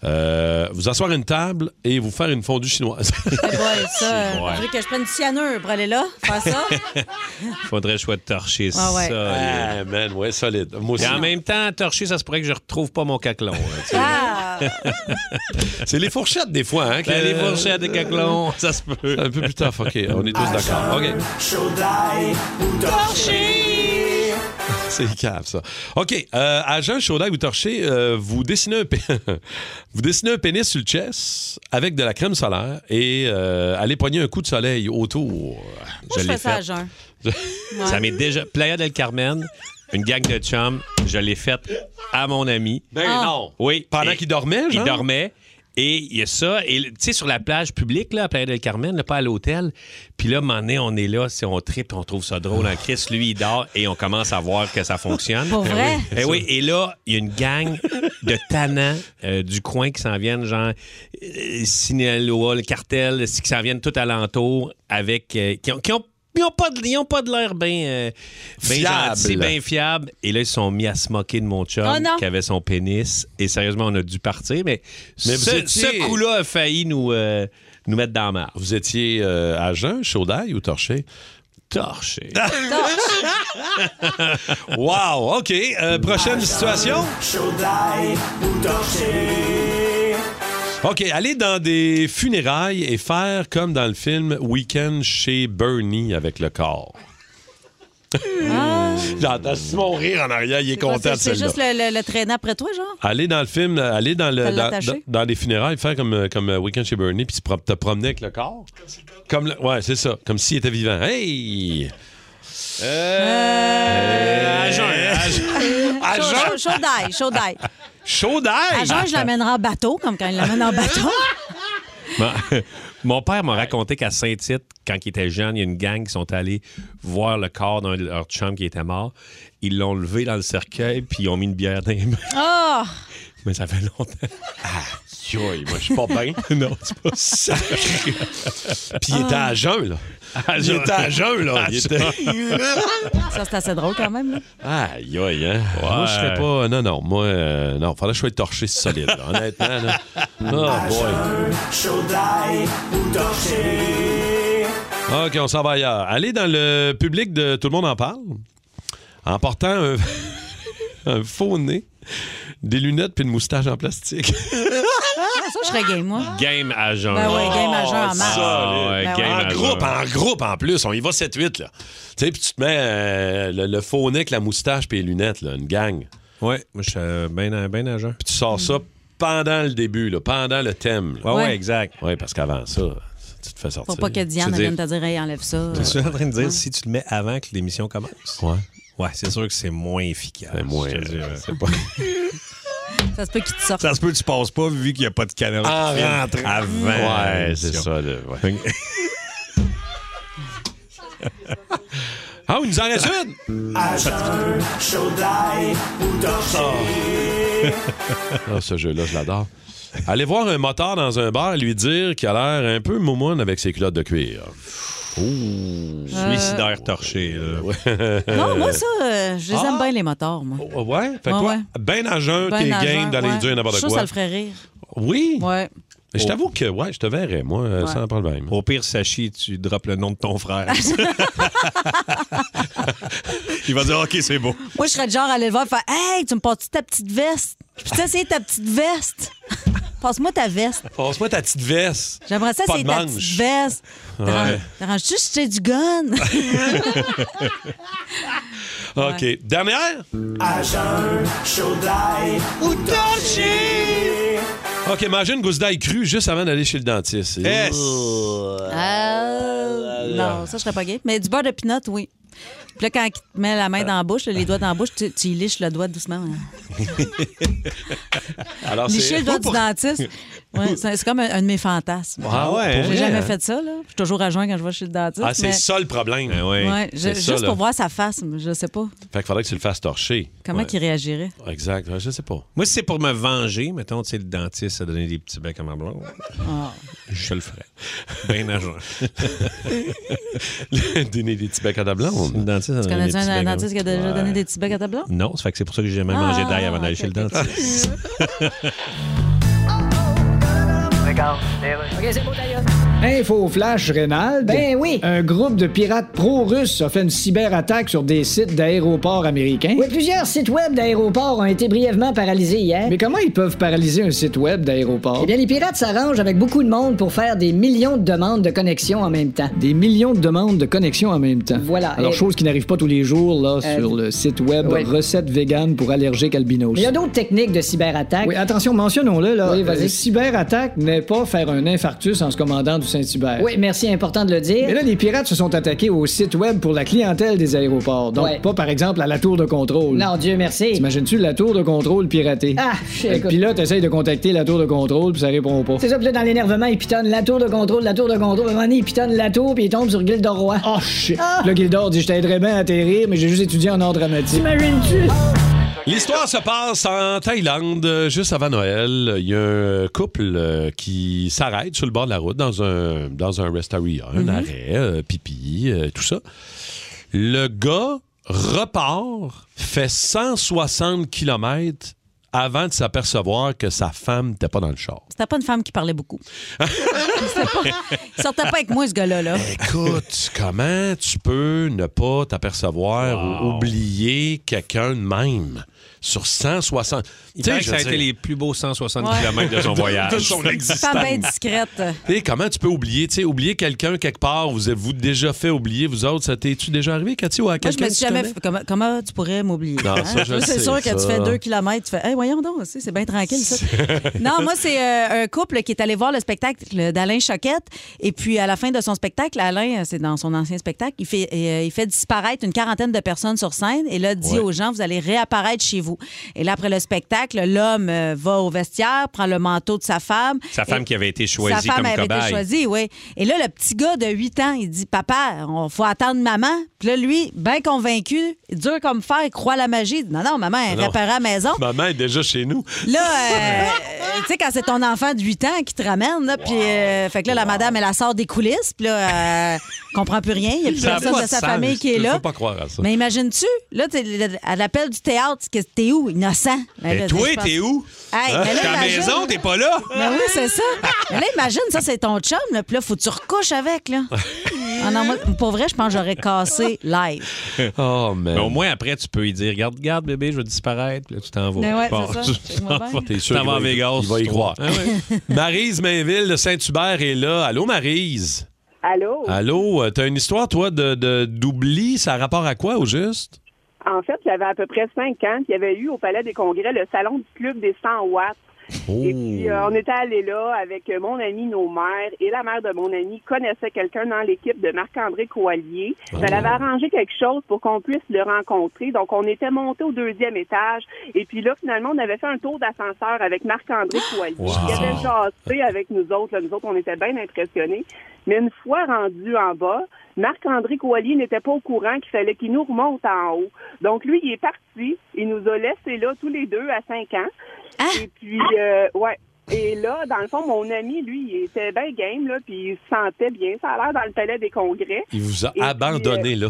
C: Euh, vous asseoir à une table et vous faire une fondue chinoise.
E: Eh boy, ça,
C: Ah, C'est
E: euh,
C: vrai.
E: faudrait que je prenne du cyanure pour aller là, faire ça.
F: Faudrait choix de torcher
E: Ah ouais.
F: ça.
C: Ah, man, ouais, solide. Moi
F: Et
C: aussi.
F: en même temps, torcher, ça se pourrait que je retrouve pas mon caclon. hein, tu sais.
C: Ah! C'est les fourchettes des fois, hein?
F: Ben, les fourchettes des caclons,
C: ça se peut. Un peu plus tough, OK. On est
E: Ah,
C: tous d'accord. OK. C'est cave, ça. OK. Euh, agent Chaudaille ou Torché, euh, vous, dessinez un pé- vous dessinez un pénis sur le chest avec de la crème solaire et euh, allez pogner un coup de soleil autour.
E: Moi, je fais ça à jeun. Ouais.
F: Ça m'est déjà. Playa del Carmen, une gang de chums, je l'ai faite à mon ami.
C: Ben Ah. non.
F: Oui.
C: Pendant
F: Et-
C: qu'il dormait, genre?
F: Il dormait. Et il y a ça. Et tu sais, sur la plage publique, là, à Playa del Carmen, là, pas à l'hôtel. Puis là, un moment donné, on est là, si on tripe, on trouve ça drôle. En Chris, lui, il dort et on commence à voir que ça fonctionne.
E: Pour vrai?
F: Eh oui. Eh oui, et là, il y a une gang de tannants euh, du coin qui s'en viennent, genre euh, Sinaloa, le cartel, qui s'en viennent tout alentour avec. euh, qui ont. qui ont- ils ont pas de, ils ont pas de l'air bien euh, bien
C: Fiable.
F: gentil, bien fiable. Et là, ils sont mis à se moquer de mon chum
E: Oh non.
F: qui avait son pénis. Et sérieusement, on a dû partir. Mais,
C: Mais vous
F: ce,
C: étiez-
F: ce coup-là a failli nous, euh, nous mettre dans la marre.
C: Vous étiez euh, agent Chaudaille ou Torché?
F: Torché.
C: wow, OK. Euh, prochaine situation. OK, aller dans des funérailles et faire comme dans le film Weekend chez Bernie avec le corps. J'entends Simon rire en arrière, il est, content de
E: Ah. C'est
C: celle-là.
E: juste le, le, le traîner après toi, genre?
C: Aller dans le film, euh, aller dans, le,
E: Te
C: dans,
E: l'attacher?
C: dans- dans les funérailles, faire comme, euh, comme euh, Weekend chez Bernie, puis se pro- te promener avec le corps. Comme le- ouais, c'est ça. Comme s'il était vivant. Hey! Euh.
E: Chaud- chaud- Chaudaille, chaudaille.
C: Chaudaille!
E: À jeun, je l'amènerai en bateau, comme quand il l'amène en bateau.
F: Mon, mon père m'a raconté qu'à Saint-Tite, quand il était jeune, il y a une gang qui sont allés voir le corps d'un de leurs chums qui était mort. Ils l'ont levé dans le cercueil, puis ils ont mis une bière dans les mains.
E: Oh!
F: Mais ça fait longtemps.
C: Yoï, moi, je suis pas bien.
F: non, c'est pas ça.
C: Puis il était à jeun, là. Il était à Ah, jeun, là. Il était...
E: Ça, c'est assez drôle quand même. là.
C: Aïe, aïe, hein? Moi, je serais pas. Non, non, moi, euh, non, faudrait que je sois torché solide, là, honnêtement. là. Oh, boy. OK, on s'en va ailleurs. Allez dans le public de Tout le monde en parle en portant un, un faux nez, des lunettes puis une moustache en plastique.
E: Ah, ça, je serais game, moi.
F: Game à jeun.
E: Ben ouais, game ben à jeun en
C: Oh,
E: mars.
C: ça,
F: ouais,
C: là.
F: game
C: en
F: à
C: groupe,
F: jeun.
C: en groupe en plus. On y va 7-8, là. Tu sais, puis tu te mets euh, le, le faux nez avec la moustache puis les lunettes, là, une gang.
F: Ouais, moi, je suis bien ben à jeun.
C: Puis tu sors ça pendant le début, là, pendant le thème.
F: Ouais, ouais, Ouais. exact.
C: Oui, parce qu'avant ça, tu te fais sortir.
E: Pour pas que Diane
F: Je veux
E: vienne te dire, hey, enlève ça.
F: Tu es en train de dire
E: Ouais.
F: si tu le mets avant que l'émission commence?
C: Ouais.
F: Ouais, c'est sûr que c'est moins efficace. C'est
C: moins,
F: C'est
E: Ça se peut qu'il te sorte.
F: Ça se peut que tu passes pas vu qu'il n'y a pas de caméra.
C: En
F: qui filme
C: rentrant.
F: Avant.
C: Ouais, c'est ça, là, ouais. Ah, il nous en reste une! Ah, ce jeu-là, je l'adore. Aller voir un motard dans un bar et lui dire qu'il a l'air un peu moumoune avec ses culottes de cuir. Ouh.
F: Suicidaire torché,
C: Euh,
F: là.
E: Non, moi, ça, euh, je les aime bien, les motards, moi.
C: Ouais? Fait que
E: Ouais,
C: toi,
E: ouais.
C: ben à jeun,
E: Ben
C: Ah. Oh, t'es
E: à
C: game
E: jeun,
C: d'aller lui
E: ouais.
C: dire
E: Je
C: n'importe
E: suis sûre
C: quoi.
E: que ça le ferait rire.
C: Oui?
E: Ouais. Oh.
C: Mais Je t'avoue que, ouais, je te verrais, moi, euh,
E: Ouais.
C: sans problème.
F: Au pire, Sachi, tu droppes le nom de ton frère. Il va dire OK, c'est beau.
E: Moi, je serais du genre à aller le voir et faire Hey, tu me passes ta petite veste? Je peux essayer ta petite veste? Passe-moi ta veste.
C: Passe-moi ta petite veste.
E: J'aimerais ça,
C: Pas
E: c'est
C: de
E: ta
C: manche.
E: petite veste.
C: Ouais.
E: T'arranges-tu si j'ai du gun?
C: OK. Dernière? OK, manger une gousse d'ail crue juste avant d'aller chez le dentiste.
F: Yes.
E: Euh, non, ça, je serais pas gay. Mais du beurre de pinot, oui. Puis là, quand il te met la main dans la bouche, là, les doigts dans la bouche, tu, tu y liches le doigt doucement. hein.
C: Alors,
E: Licher le doigt du dentiste. Ouais, c'est c'est comme un, un de mes fantasmes.
C: Ah ouais, hein?
E: J'ai jamais fait ça, là. Je suis toujours à joint quand je vais chez le dentiste.
C: Ah, c'est
E: mais-
C: ça le problème.
E: Ouais, je-
C: C'est ça,
E: juste
C: là.
E: pour voir sa face, mais je sais pas.
C: Fait qu'il faudrait que tu le fasses torcher.
E: Comment
C: Ouais.
E: qu'il réagirait?
C: Exact, Ouais, je sais pas.
F: Moi, si c'est pour me venger, mettons, tu sais, le dentiste a donné des petits becs à ma blonde.
E: Ah.
F: Je le ferais. Bien agent.
C: Donner des petits becs à ta blonde.
F: dentiste
E: Tu connais-tu un dentiste qui a déjà donné des petits becs à ta blonde?
F: Non, ça fait que c'est pour ça que j'ai jamais
E: Ah,
F: mangé d'ail avant d'aller chez le dentiste.
B: tard. Eh OK, c'est bon, d'ailleurs.
P: Hein?
H: Info flash Reynald.
P: Ben oui.
H: Un groupe de pirates pro-russes a fait une cyberattaque sur des sites d'aéroports américains.
P: Oui, plusieurs sites web d'aéroports ont été brièvement paralysés hier.
H: Mais comment ils peuvent paralyser un site web d'aéroport?
P: Eh bien, les pirates s'arrangent avec beaucoup de monde pour faire des millions de demandes de connexion en même temps.
H: Des millions de demandes de connexion en même temps.
P: Voilà.
H: Alors,
P: Et-
H: chose qui n'arrive pas tous les jours là,
P: Euh,
H: sur le site web
P: oui.
H: Recettes vegan pour allergiques albinos.
P: Mais il y a d'autres techniques de cyberattaque.
H: Oui, attention, mentionnons-le. Là,
P: Oui, vas-y.
H: Euh, cyberattaque n'est pas faire un infarctus en se commandant du Saint-Hubert.
P: Oui, merci, important de le dire.
H: Mais là, les pirates se sont attaqués au site web pour la clientèle des aéroports. Donc,
P: Ouais.
H: pas par exemple à la tour de contrôle.
P: Non, Dieu merci.
H: T'imagines-tu la tour de contrôle piratée?
P: Ah,
H: Fait que
P: écoute.
H: pilote essaye de contacter la tour de contrôle, puis ça répond pas.
P: C'est ça, puis là, dans l'énervement, il pitonne la tour de contrôle, la tour de contrôle. À un moment donné, il pitonne la tour, puis il tombe sur Gilles de Roy.
H: Oh, shit! Le Gildor dit Je t'aiderais bien à atterrir, mais j'ai juste étudié en ordre dramatique.
P: T'imagines-tu?
C: L'histoire se passe en Thaïlande, euh, juste avant Noël. Il y a un couple euh, qui s'arrête sur le bord de la route dans un, dans un rest area, un
F: Mhm.
C: arrêt, euh, pipi, euh, tout ça. Le gars repart, fait 160 km avant de s'apercevoir que sa femme n'était pas dans le char.
E: C'était pas une femme qui parlait beaucoup. C'était pas- Il sortait pas avec moi, ce gars-là. là.
C: Écoute, comment tu peux ne pas t'apercevoir ou oublier quelqu'un de même sur 160...
F: Il
C: Tu sais,
F: paraît que
C: je
F: ça a
C: veux
F: été
C: dire-
F: les plus beaux 160
C: Ouais.
F: km de son
C: De- de
F: voyage.
C: son
E: Femme bien discrète.
C: Tu sais, comment tu peux oublier, tu sais, oublier quelqu'un quelque part, vous êtes-vous déjà fait oublier, vous autres, ça t'es-tu déjà arrivé, Cathy, ou à
E: Moi, je
C: quelqu'un
E: me suis
C: que tu
E: jamais.
C: connais?
E: fait- Comment, comment tu pourrais m'oublier? hein?
C: Non, ça, je
E: Toi,
C: sais,
E: c'est sûr que tu
C: ça.
E: fais deux kilomètres, tu fais, hey, voyons donc, c'est c'est bien tranquille, ça. non, moi, c'est euh, un couple qui est allé voir le spectacle d'Alain Choquette. Et puis, à la fin de son spectacle, Alain, euh, c'est dans son ancien spectacle, il fait, et, euh, il fait disparaître une quarantaine de personnes sur scène et là, dit
R: Ouais.
E: aux gens, vous allez réapparaître chez vous. Et là, après le spectacle, l'homme euh, va au vestiaire, prend le manteau de sa femme.
F: Sa
E: Et-
F: femme qui avait été choisie
E: sa femme
F: comme
E: avait
F: cobaye.
E: été choisie, oui. Et là, le petit gars de 8 ans, il dit Papa, on faut attendre maman. Puis là, lui, bien convaincu, dur comme fer, il croit à la magie. Il dit, Non, non, maman, elle
C: Ah Non.
E: répare à la maison.
C: Maman est déjà chez nous.
E: Là, euh, tu sais, quand c'est ton enfant de 8 ans qui te ramène, là, puis euh, fait que là, la madame, elle la sort des coulisses, puis là, elle comprend plus rien. Il n'y a plus
C: Ça a
E: personne
C: pas
E: de sa
C: sens.
E: famille qui est
C: Je
E: là.
C: peux pas croire à ça.
E: Mais imagines-tu, là, t'es- à l'appel du théâtre, que t'es où? Innocent.
F: Mais
E: Ben là,
F: toi,
E: je pense-
F: t'es où? Hein?
E: Hey, mais là,
F: T'es à la
E: imagine-
F: maison, t'es pas là?
E: ben oui, c'est ça. Mais là, imagine, ça, c'est ton chum, là, puis là, faut que tu recouches avec, là. Ah non, moi, pour vrai, je pense que j'aurais cassé live.
C: Oh, man.
F: Mais au moins, après, tu peux lui dire Regarde, regarde, bébé, je vais disparaître. Puis là, tu t'en vas.
E: Mais ouais,
F: Tu pars.
E: c'est ça. Check-moi bien.
C: T'es
F: Tu
C: sûr
F: t'en
C: qu'il
F: vas à
C: va y-
F: Vegas.
C: Il va y
F: toi.
C: croire.
F: Ah ouais.
C: Marise Mainville de Saint-Hubert est là. Allô, Marise?
R: Allô?
C: Allô, euh, t'as une histoire, toi, de- de- d'oubli, ça a rapport à quoi, au juste?
R: En fait, j'avais à peu près cinq ans. puis Il y avait eu au Palais des Congrès le salon du club des 100 watts.
E: Oh.
R: Et puis, euh, on était allés là avec euh, mon ami, nos mères, et la mère de mon ami connaissait quelqu'un dans l'équipe de Marc-André Coallier. Elle avait arrangé quelque chose pour qu'on puisse le rencontrer. Donc, on était monté au deuxième étage. Et puis là, finalement, on avait fait un tour d'ascenseur avec Marc-André Coallier.
S: Wow.
R: Il avait jasé avec nous autres. là. Nous autres, on était bien impressionnés. Mais une fois rendu en bas, Marc-André Coallier n'était pas au courant qu'il fallait qu'il nous remonte en haut. Donc, lui, il est parti. Il nous a laissés là tous les deux à cinq ans. Et puis, euh, ouais. Et là, dans le fond, mon ami, lui, il était bien game, là, puis il se sentait bien. Ça a l'air dans le palais des congrès.
C: Il vous a
R: Et euh,
C: abandonné, là.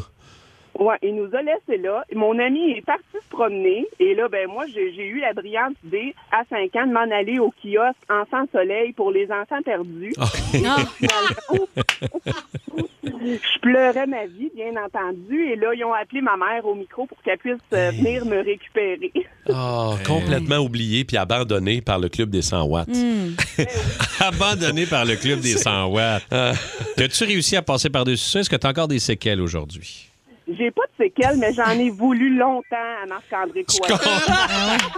R: Ouais, il nous a laissés là. Mon ami est parti se promener. Et là, ben moi, j'ai j'ai eu la brillante idée, à 5 ans, de m'en aller au kiosque Enfants Soleil pour les enfants perdus.
D: Ah.
R: Je pleurais ma vie, bien entendu. Et là, ils ont appelé ma mère au micro pour qu'elle puisse euh, venir me récupérer.
C: Ah, complètement oublié puis abandonné par le club des 100 watts.
F: Abandonné par le club des 100 watts.
C: Ah.
F: As-tu réussi à passer par-dessus ça? Est-ce que t'as encore des séquelles aujourd'hui?
R: J'ai pas de séquelles, mais j'en ai voulu longtemps à Marc-André Coy.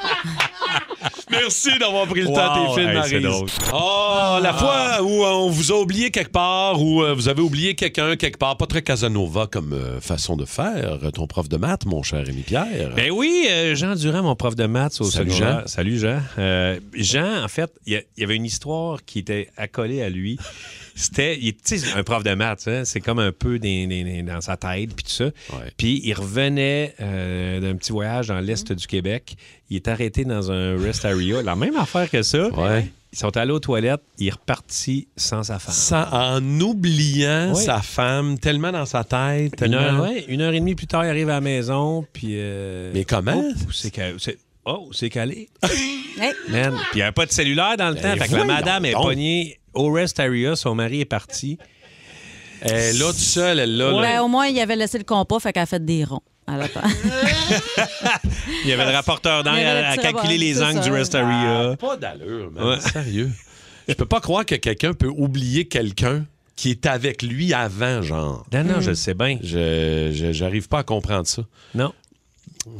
C: Merci d'avoir pris le
F: Wow,
C: temps des films,
F: hey, c'est
C: Maryse.
F: drôle.
C: Oh, la fois où on vous a oublié quelque part, ou euh, vous avez oublié quelqu'un quelque part, pas très Casanova comme euh, façon de faire, euh, ton prof de maths, mon cher Émi-Pierre.
F: Ben oui, euh, Jean Durand, mon prof de maths au
C: Salut,
F: secondaire.
C: Jean.
F: Salut Jean. Euh, Jean, en fait, il y, a- il y avait une histoire qui était accolée à lui. C'était, il- tu sais, un prof de maths, hein, c'est comme un peu des- des- des- dans sa tête, puis tout ça. Puis il revenait euh, d'un petit voyage dans l'Est du Québec. Il est arrêté dans un rest area, la même affaire que ça. Ils sont allés aux toilettes, il est reparti sans sa femme.
C: Sans- en oubliant
F: Oui.
C: sa femme, tellement dans sa tête,
F: Une
C: tellement...
F: heure, ouais, une heure et demie plus tard, il arrive à la maison, puis... euh,
C: Mais comment?
F: oups, c'est que- c'est- Oh, c'est calé.
E: Hey.
F: Man, puis il n'y avait pas de cellulaire dans le temps. Fait que la
C: voyons
F: madame est
C: donc.
F: pognée au rest area. Son mari est parti. Euh, là, toute seule, elle l'a. là.
E: Ben, au moins, il avait laissé le compas, fait qu'elle a fait des ronds. Elle a pas-
F: Il y avait le rapporteur d'angle
E: Il y avait le
F: à, à
E: petit
F: calculer
E: rapport,
F: les
E: c'est
F: angles
E: ça.
F: du rest area.
C: Ah, pas d'allure, man.
F: Ouais.
C: Sérieux. Je peux pas croire que quelqu'un peut oublier quelqu'un qui est avec lui avant, genre.
F: Non, non,
C: Mm.
F: je le sais bien.
C: Je, je- j'arrive pas à comprendre ça.
F: Non.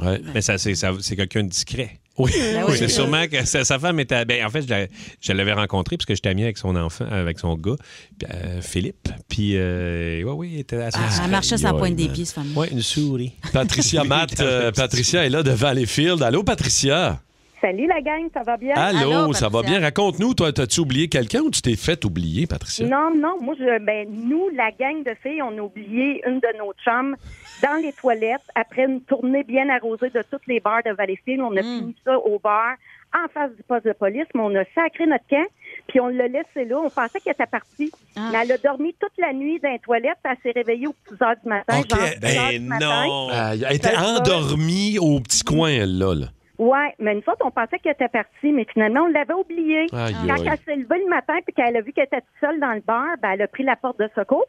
C: Ouais.
F: Mais ça, c'est, ça- c'est quelqu'un de discret.
C: Oui.
E: Ben oui.
F: C'est sûrement que sa, sa femme était. Ben, en fait, je, la- je l'avais rencontré parce que j'étais ami avec son enfant, avec son gars, puis, euh, Philippe. Puis, euh, ouais, oui, il était assez. discret.
E: Ah, Elle marchait sa
F: Ouais,
E: pointe des
F: man.
E: pieds, cette femme.
F: Ouais, une souris.
C: Patricia Matt, euh, Patricia est là de Valleyfield. Allô, Patricia.
S: Salut la gang, ça va bien?
C: Allô, ça va bien? Raconte-nous, toi, t'as-tu oublié quelqu'un ou tu t'es fait oublier, Patricia?
S: Non, non, moi, je, ben, nous, la gang de filles, on a oublié une de nos chums dans les toilettes après une tournée bien arrosée de toutes les bars de Valleyfield. On a fini ça au bar en face du poste de police, mais on a sacré notre camp, puis on l'a laissé là. On pensait qu'elle était partie, mais elle a dormi toute la nuit dans les toilettes, puis elle s'est réveillée aux petites heures du matin. genre
C: Eh,
S: 10 heures du matin.
C: Ah, Elle était
S: Ça, ça.
C: endormie au petit coin, elle, là. là.
S: Ouais, mais une fois, on pensait qu'elle était partie, mais finalement, on l'avait oubliée.
C: Aïe,
S: Quand
C: aïe.
S: elle s'est levée le matin puis qu'elle a vu qu'elle était toute seule dans le bar, ben, elle a pris la porte de secours.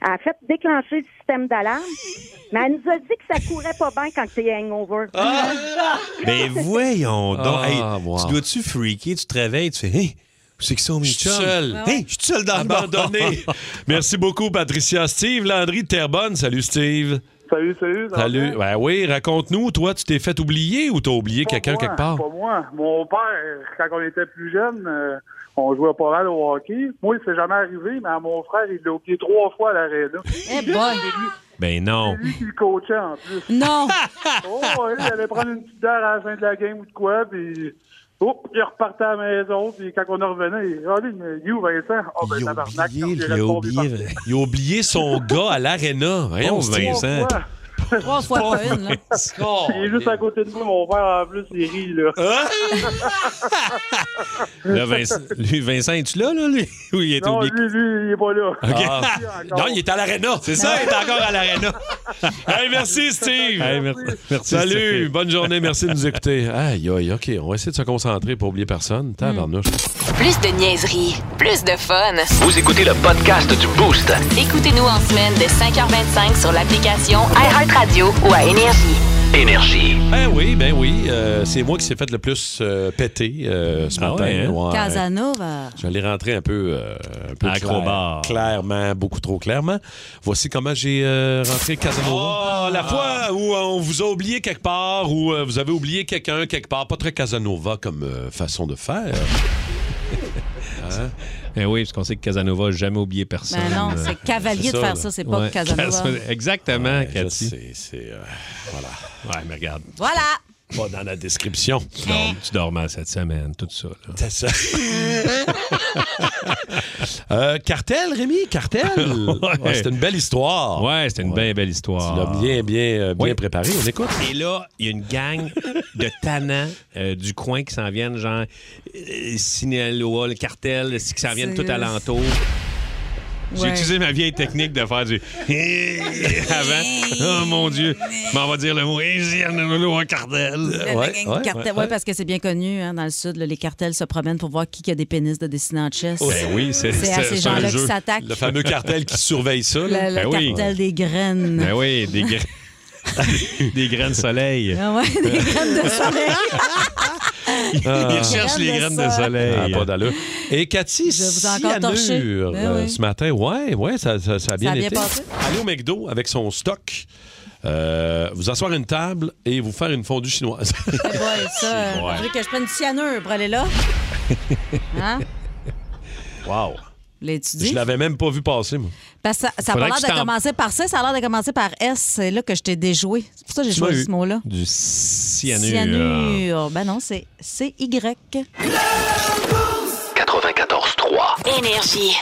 S: Elle a fait déclencher le système d'alarme, mais elle nous a dit que ça courait pas bien quand t'es hangover.
F: Mais Ben, voyons donc.
C: Ah,
F: Hey,
C: wow.
F: Tu dois-tu freaker? Tu te réveilles, tu fais, hey, où c'est qu'ils sont mes
C: Je suis
F: chums?
C: seul.
F: Hey, je suis tout seul dans le bar.
C: Abandonné. Merci beaucoup, Patricia. Steve Landry de Terrebonne. Salut, Steve.
T: Salut, salut. ça va
C: Salut.
T: bien?
C: Ben oui, raconte-nous, toi, tu t'es fait oublier ou t'as oublié
T: Pas
C: quelqu'un
T: moi,
C: quelque part?
T: Pas moi. Mon père, quand on était plus jeune, euh, on jouait pas mal au hockey. Moi, il s'est jamais arrivé, mais à mon frère, il l'a oublié trois fois à l'aréna. Eh
F: Ben non.
T: lui qui le coachait en plus.
E: Non!
T: oh, ouais, il allait prendre une petite heure à la fin de la game ou de quoi, puis. Oh, il repartait à la maison, puis quand on en revenait, il dit Allez, mais il est où Vincent Ah, ben, tabarnak, il est
C: Il a
T: retombé par-
C: oublié, il a oublié son gars à l'aréna. Voyons,
T: Oh,
F: hein?
C: Vincent.
E: Trois fois
T: pas
E: une, là.
T: Il est juste à côté de moi, mon père, en plus, il rit, là.
C: Hein?
F: Là, Vincent, lui, Vincent, es-tu là, là, lui? Ou il est
T: non,
F: oublié?
T: lui, lui, il est pas là.
F: OK.
T: Ah.
F: non, il est à l'aréna. C'est ça, il est encore à l'aréna.
C: Hey, merci, Steve.
F: Hey, mer- merci,
C: Salut,
F: Steve.
C: bonne journée. Merci de nous écouter. Aïe, aïe, OK. On va essayer de se concentrer pour oublier personne. Tabarnouche.
A: Plus de niaiserie, plus de fun.
J: Vous écoutez le podcast du Boost.
A: Écoutez-nous en semaine de 5h25 sur l'application iHeartRadio ou à Énergie.
J: Énergie.
C: Ben oui, ben oui. euh, c'est moi qui s'est fait le plus euh, péter euh, ce matin.
F: ouais, hein?
C: Ouais.
E: Casanova.
C: J'allais rentrer un peu, euh, un peu
F: Acrobat.
C: clair- clairement, beaucoup trop clairement. Voici comment j'ai euh, rentré Ah. Casanova. Oh, la fois où on vous a oublié quelque part, ou euh, vous avez oublié quelqu'un quelque part, pas très Casanova comme euh, façon de faire. Hein?
F: Ben oui, parce qu'on sait que Casanova n'a jamais oublié personne. Euh,
E: Ben non, c'est cavalier de
F: là.
E: faire ça, c'est pas Casanova.
F: Exactement,
C: Ouais, je
F: Cathy.
C: sais, c'est. euh, voilà.
F: Ouais, mais regarde.
E: Voilà!
C: Pas dans la description.
F: Tu, dors- tu dors mal cette semaine, tout ça. là.
C: C'est ça. Euh, cartel, Rémi, cartel.
F: Ouais.
C: Ouais, Ah, c'était une belle histoire.
F: Ouais, c'était une bien belle histoire.
C: Tu l'as bien, bien, euh, bien
F: Oui.
C: préparé. On écoute.
F: Et là, il y a une gang de tannants euh, du coin qui s'en viennent, genre euh, Sinaloa, le cartel, qui s'en viennent
C: C'est-
F: tout alentour. J'ai
C: Ouais.
F: utilisé ma vieille technique de faire du avant. Oh mon Dieu, Mais on va dire le mot Eh, Sinaloa, cartel.
E: Ouais, cartel, ouais, parce que c'est bien connu hein, dans le sud, là, les cartels se promènent pour voir qui qui a des pénis de dessinant en chess.
F: Ben oui, c'est
E: C'est à ces
F: un
E: gens-là qui
F: jeu.
E: s'attaquent.
C: Le fameux cartel qui surveille ça.
E: Le,
C: là.
E: le cartel des graines.
F: Ben oui, des, gra- des graines de soleil.
E: Ah ouais, des graines de soleil.
F: Ils
E: Ah.
F: recherchent les graines de soleil.
C: Ah, pas d'allure. Et Cathy,
E: Je vous
C: si
E: ai encore torché. Ben
C: euh,
E: oui.
C: ce matin, ouais, ouais, ça, ça- ça a bien
E: a bien
C: été.
E: passé.
C: Aller au McDo avec son stock, euh, vous asseoir à une table et vous faire une fondue chinoise.
E: Eh boy, ça,
C: Ouais.
E: je veux que je prenne du cyanure pour aller là. Hein?
C: wow.
E: L'as-tu dit?
C: Je l'avais même pas vu passer, moi.
E: Parce que ça ça a pas
C: Faudrait
E: l'air
C: que je
E: de
C: t'en-
E: commencer par C, ça a l'air de commencer par S. C'est là que je t'ai déjoué. C'est pour ça que j'ai
F: Tu m'as
E: choisi
F: eu.
E: ce mot-là.
F: Du cyanure.
E: Cyanure. Ben non, c'est C-Y.
J: 94.3.
A: Énergie.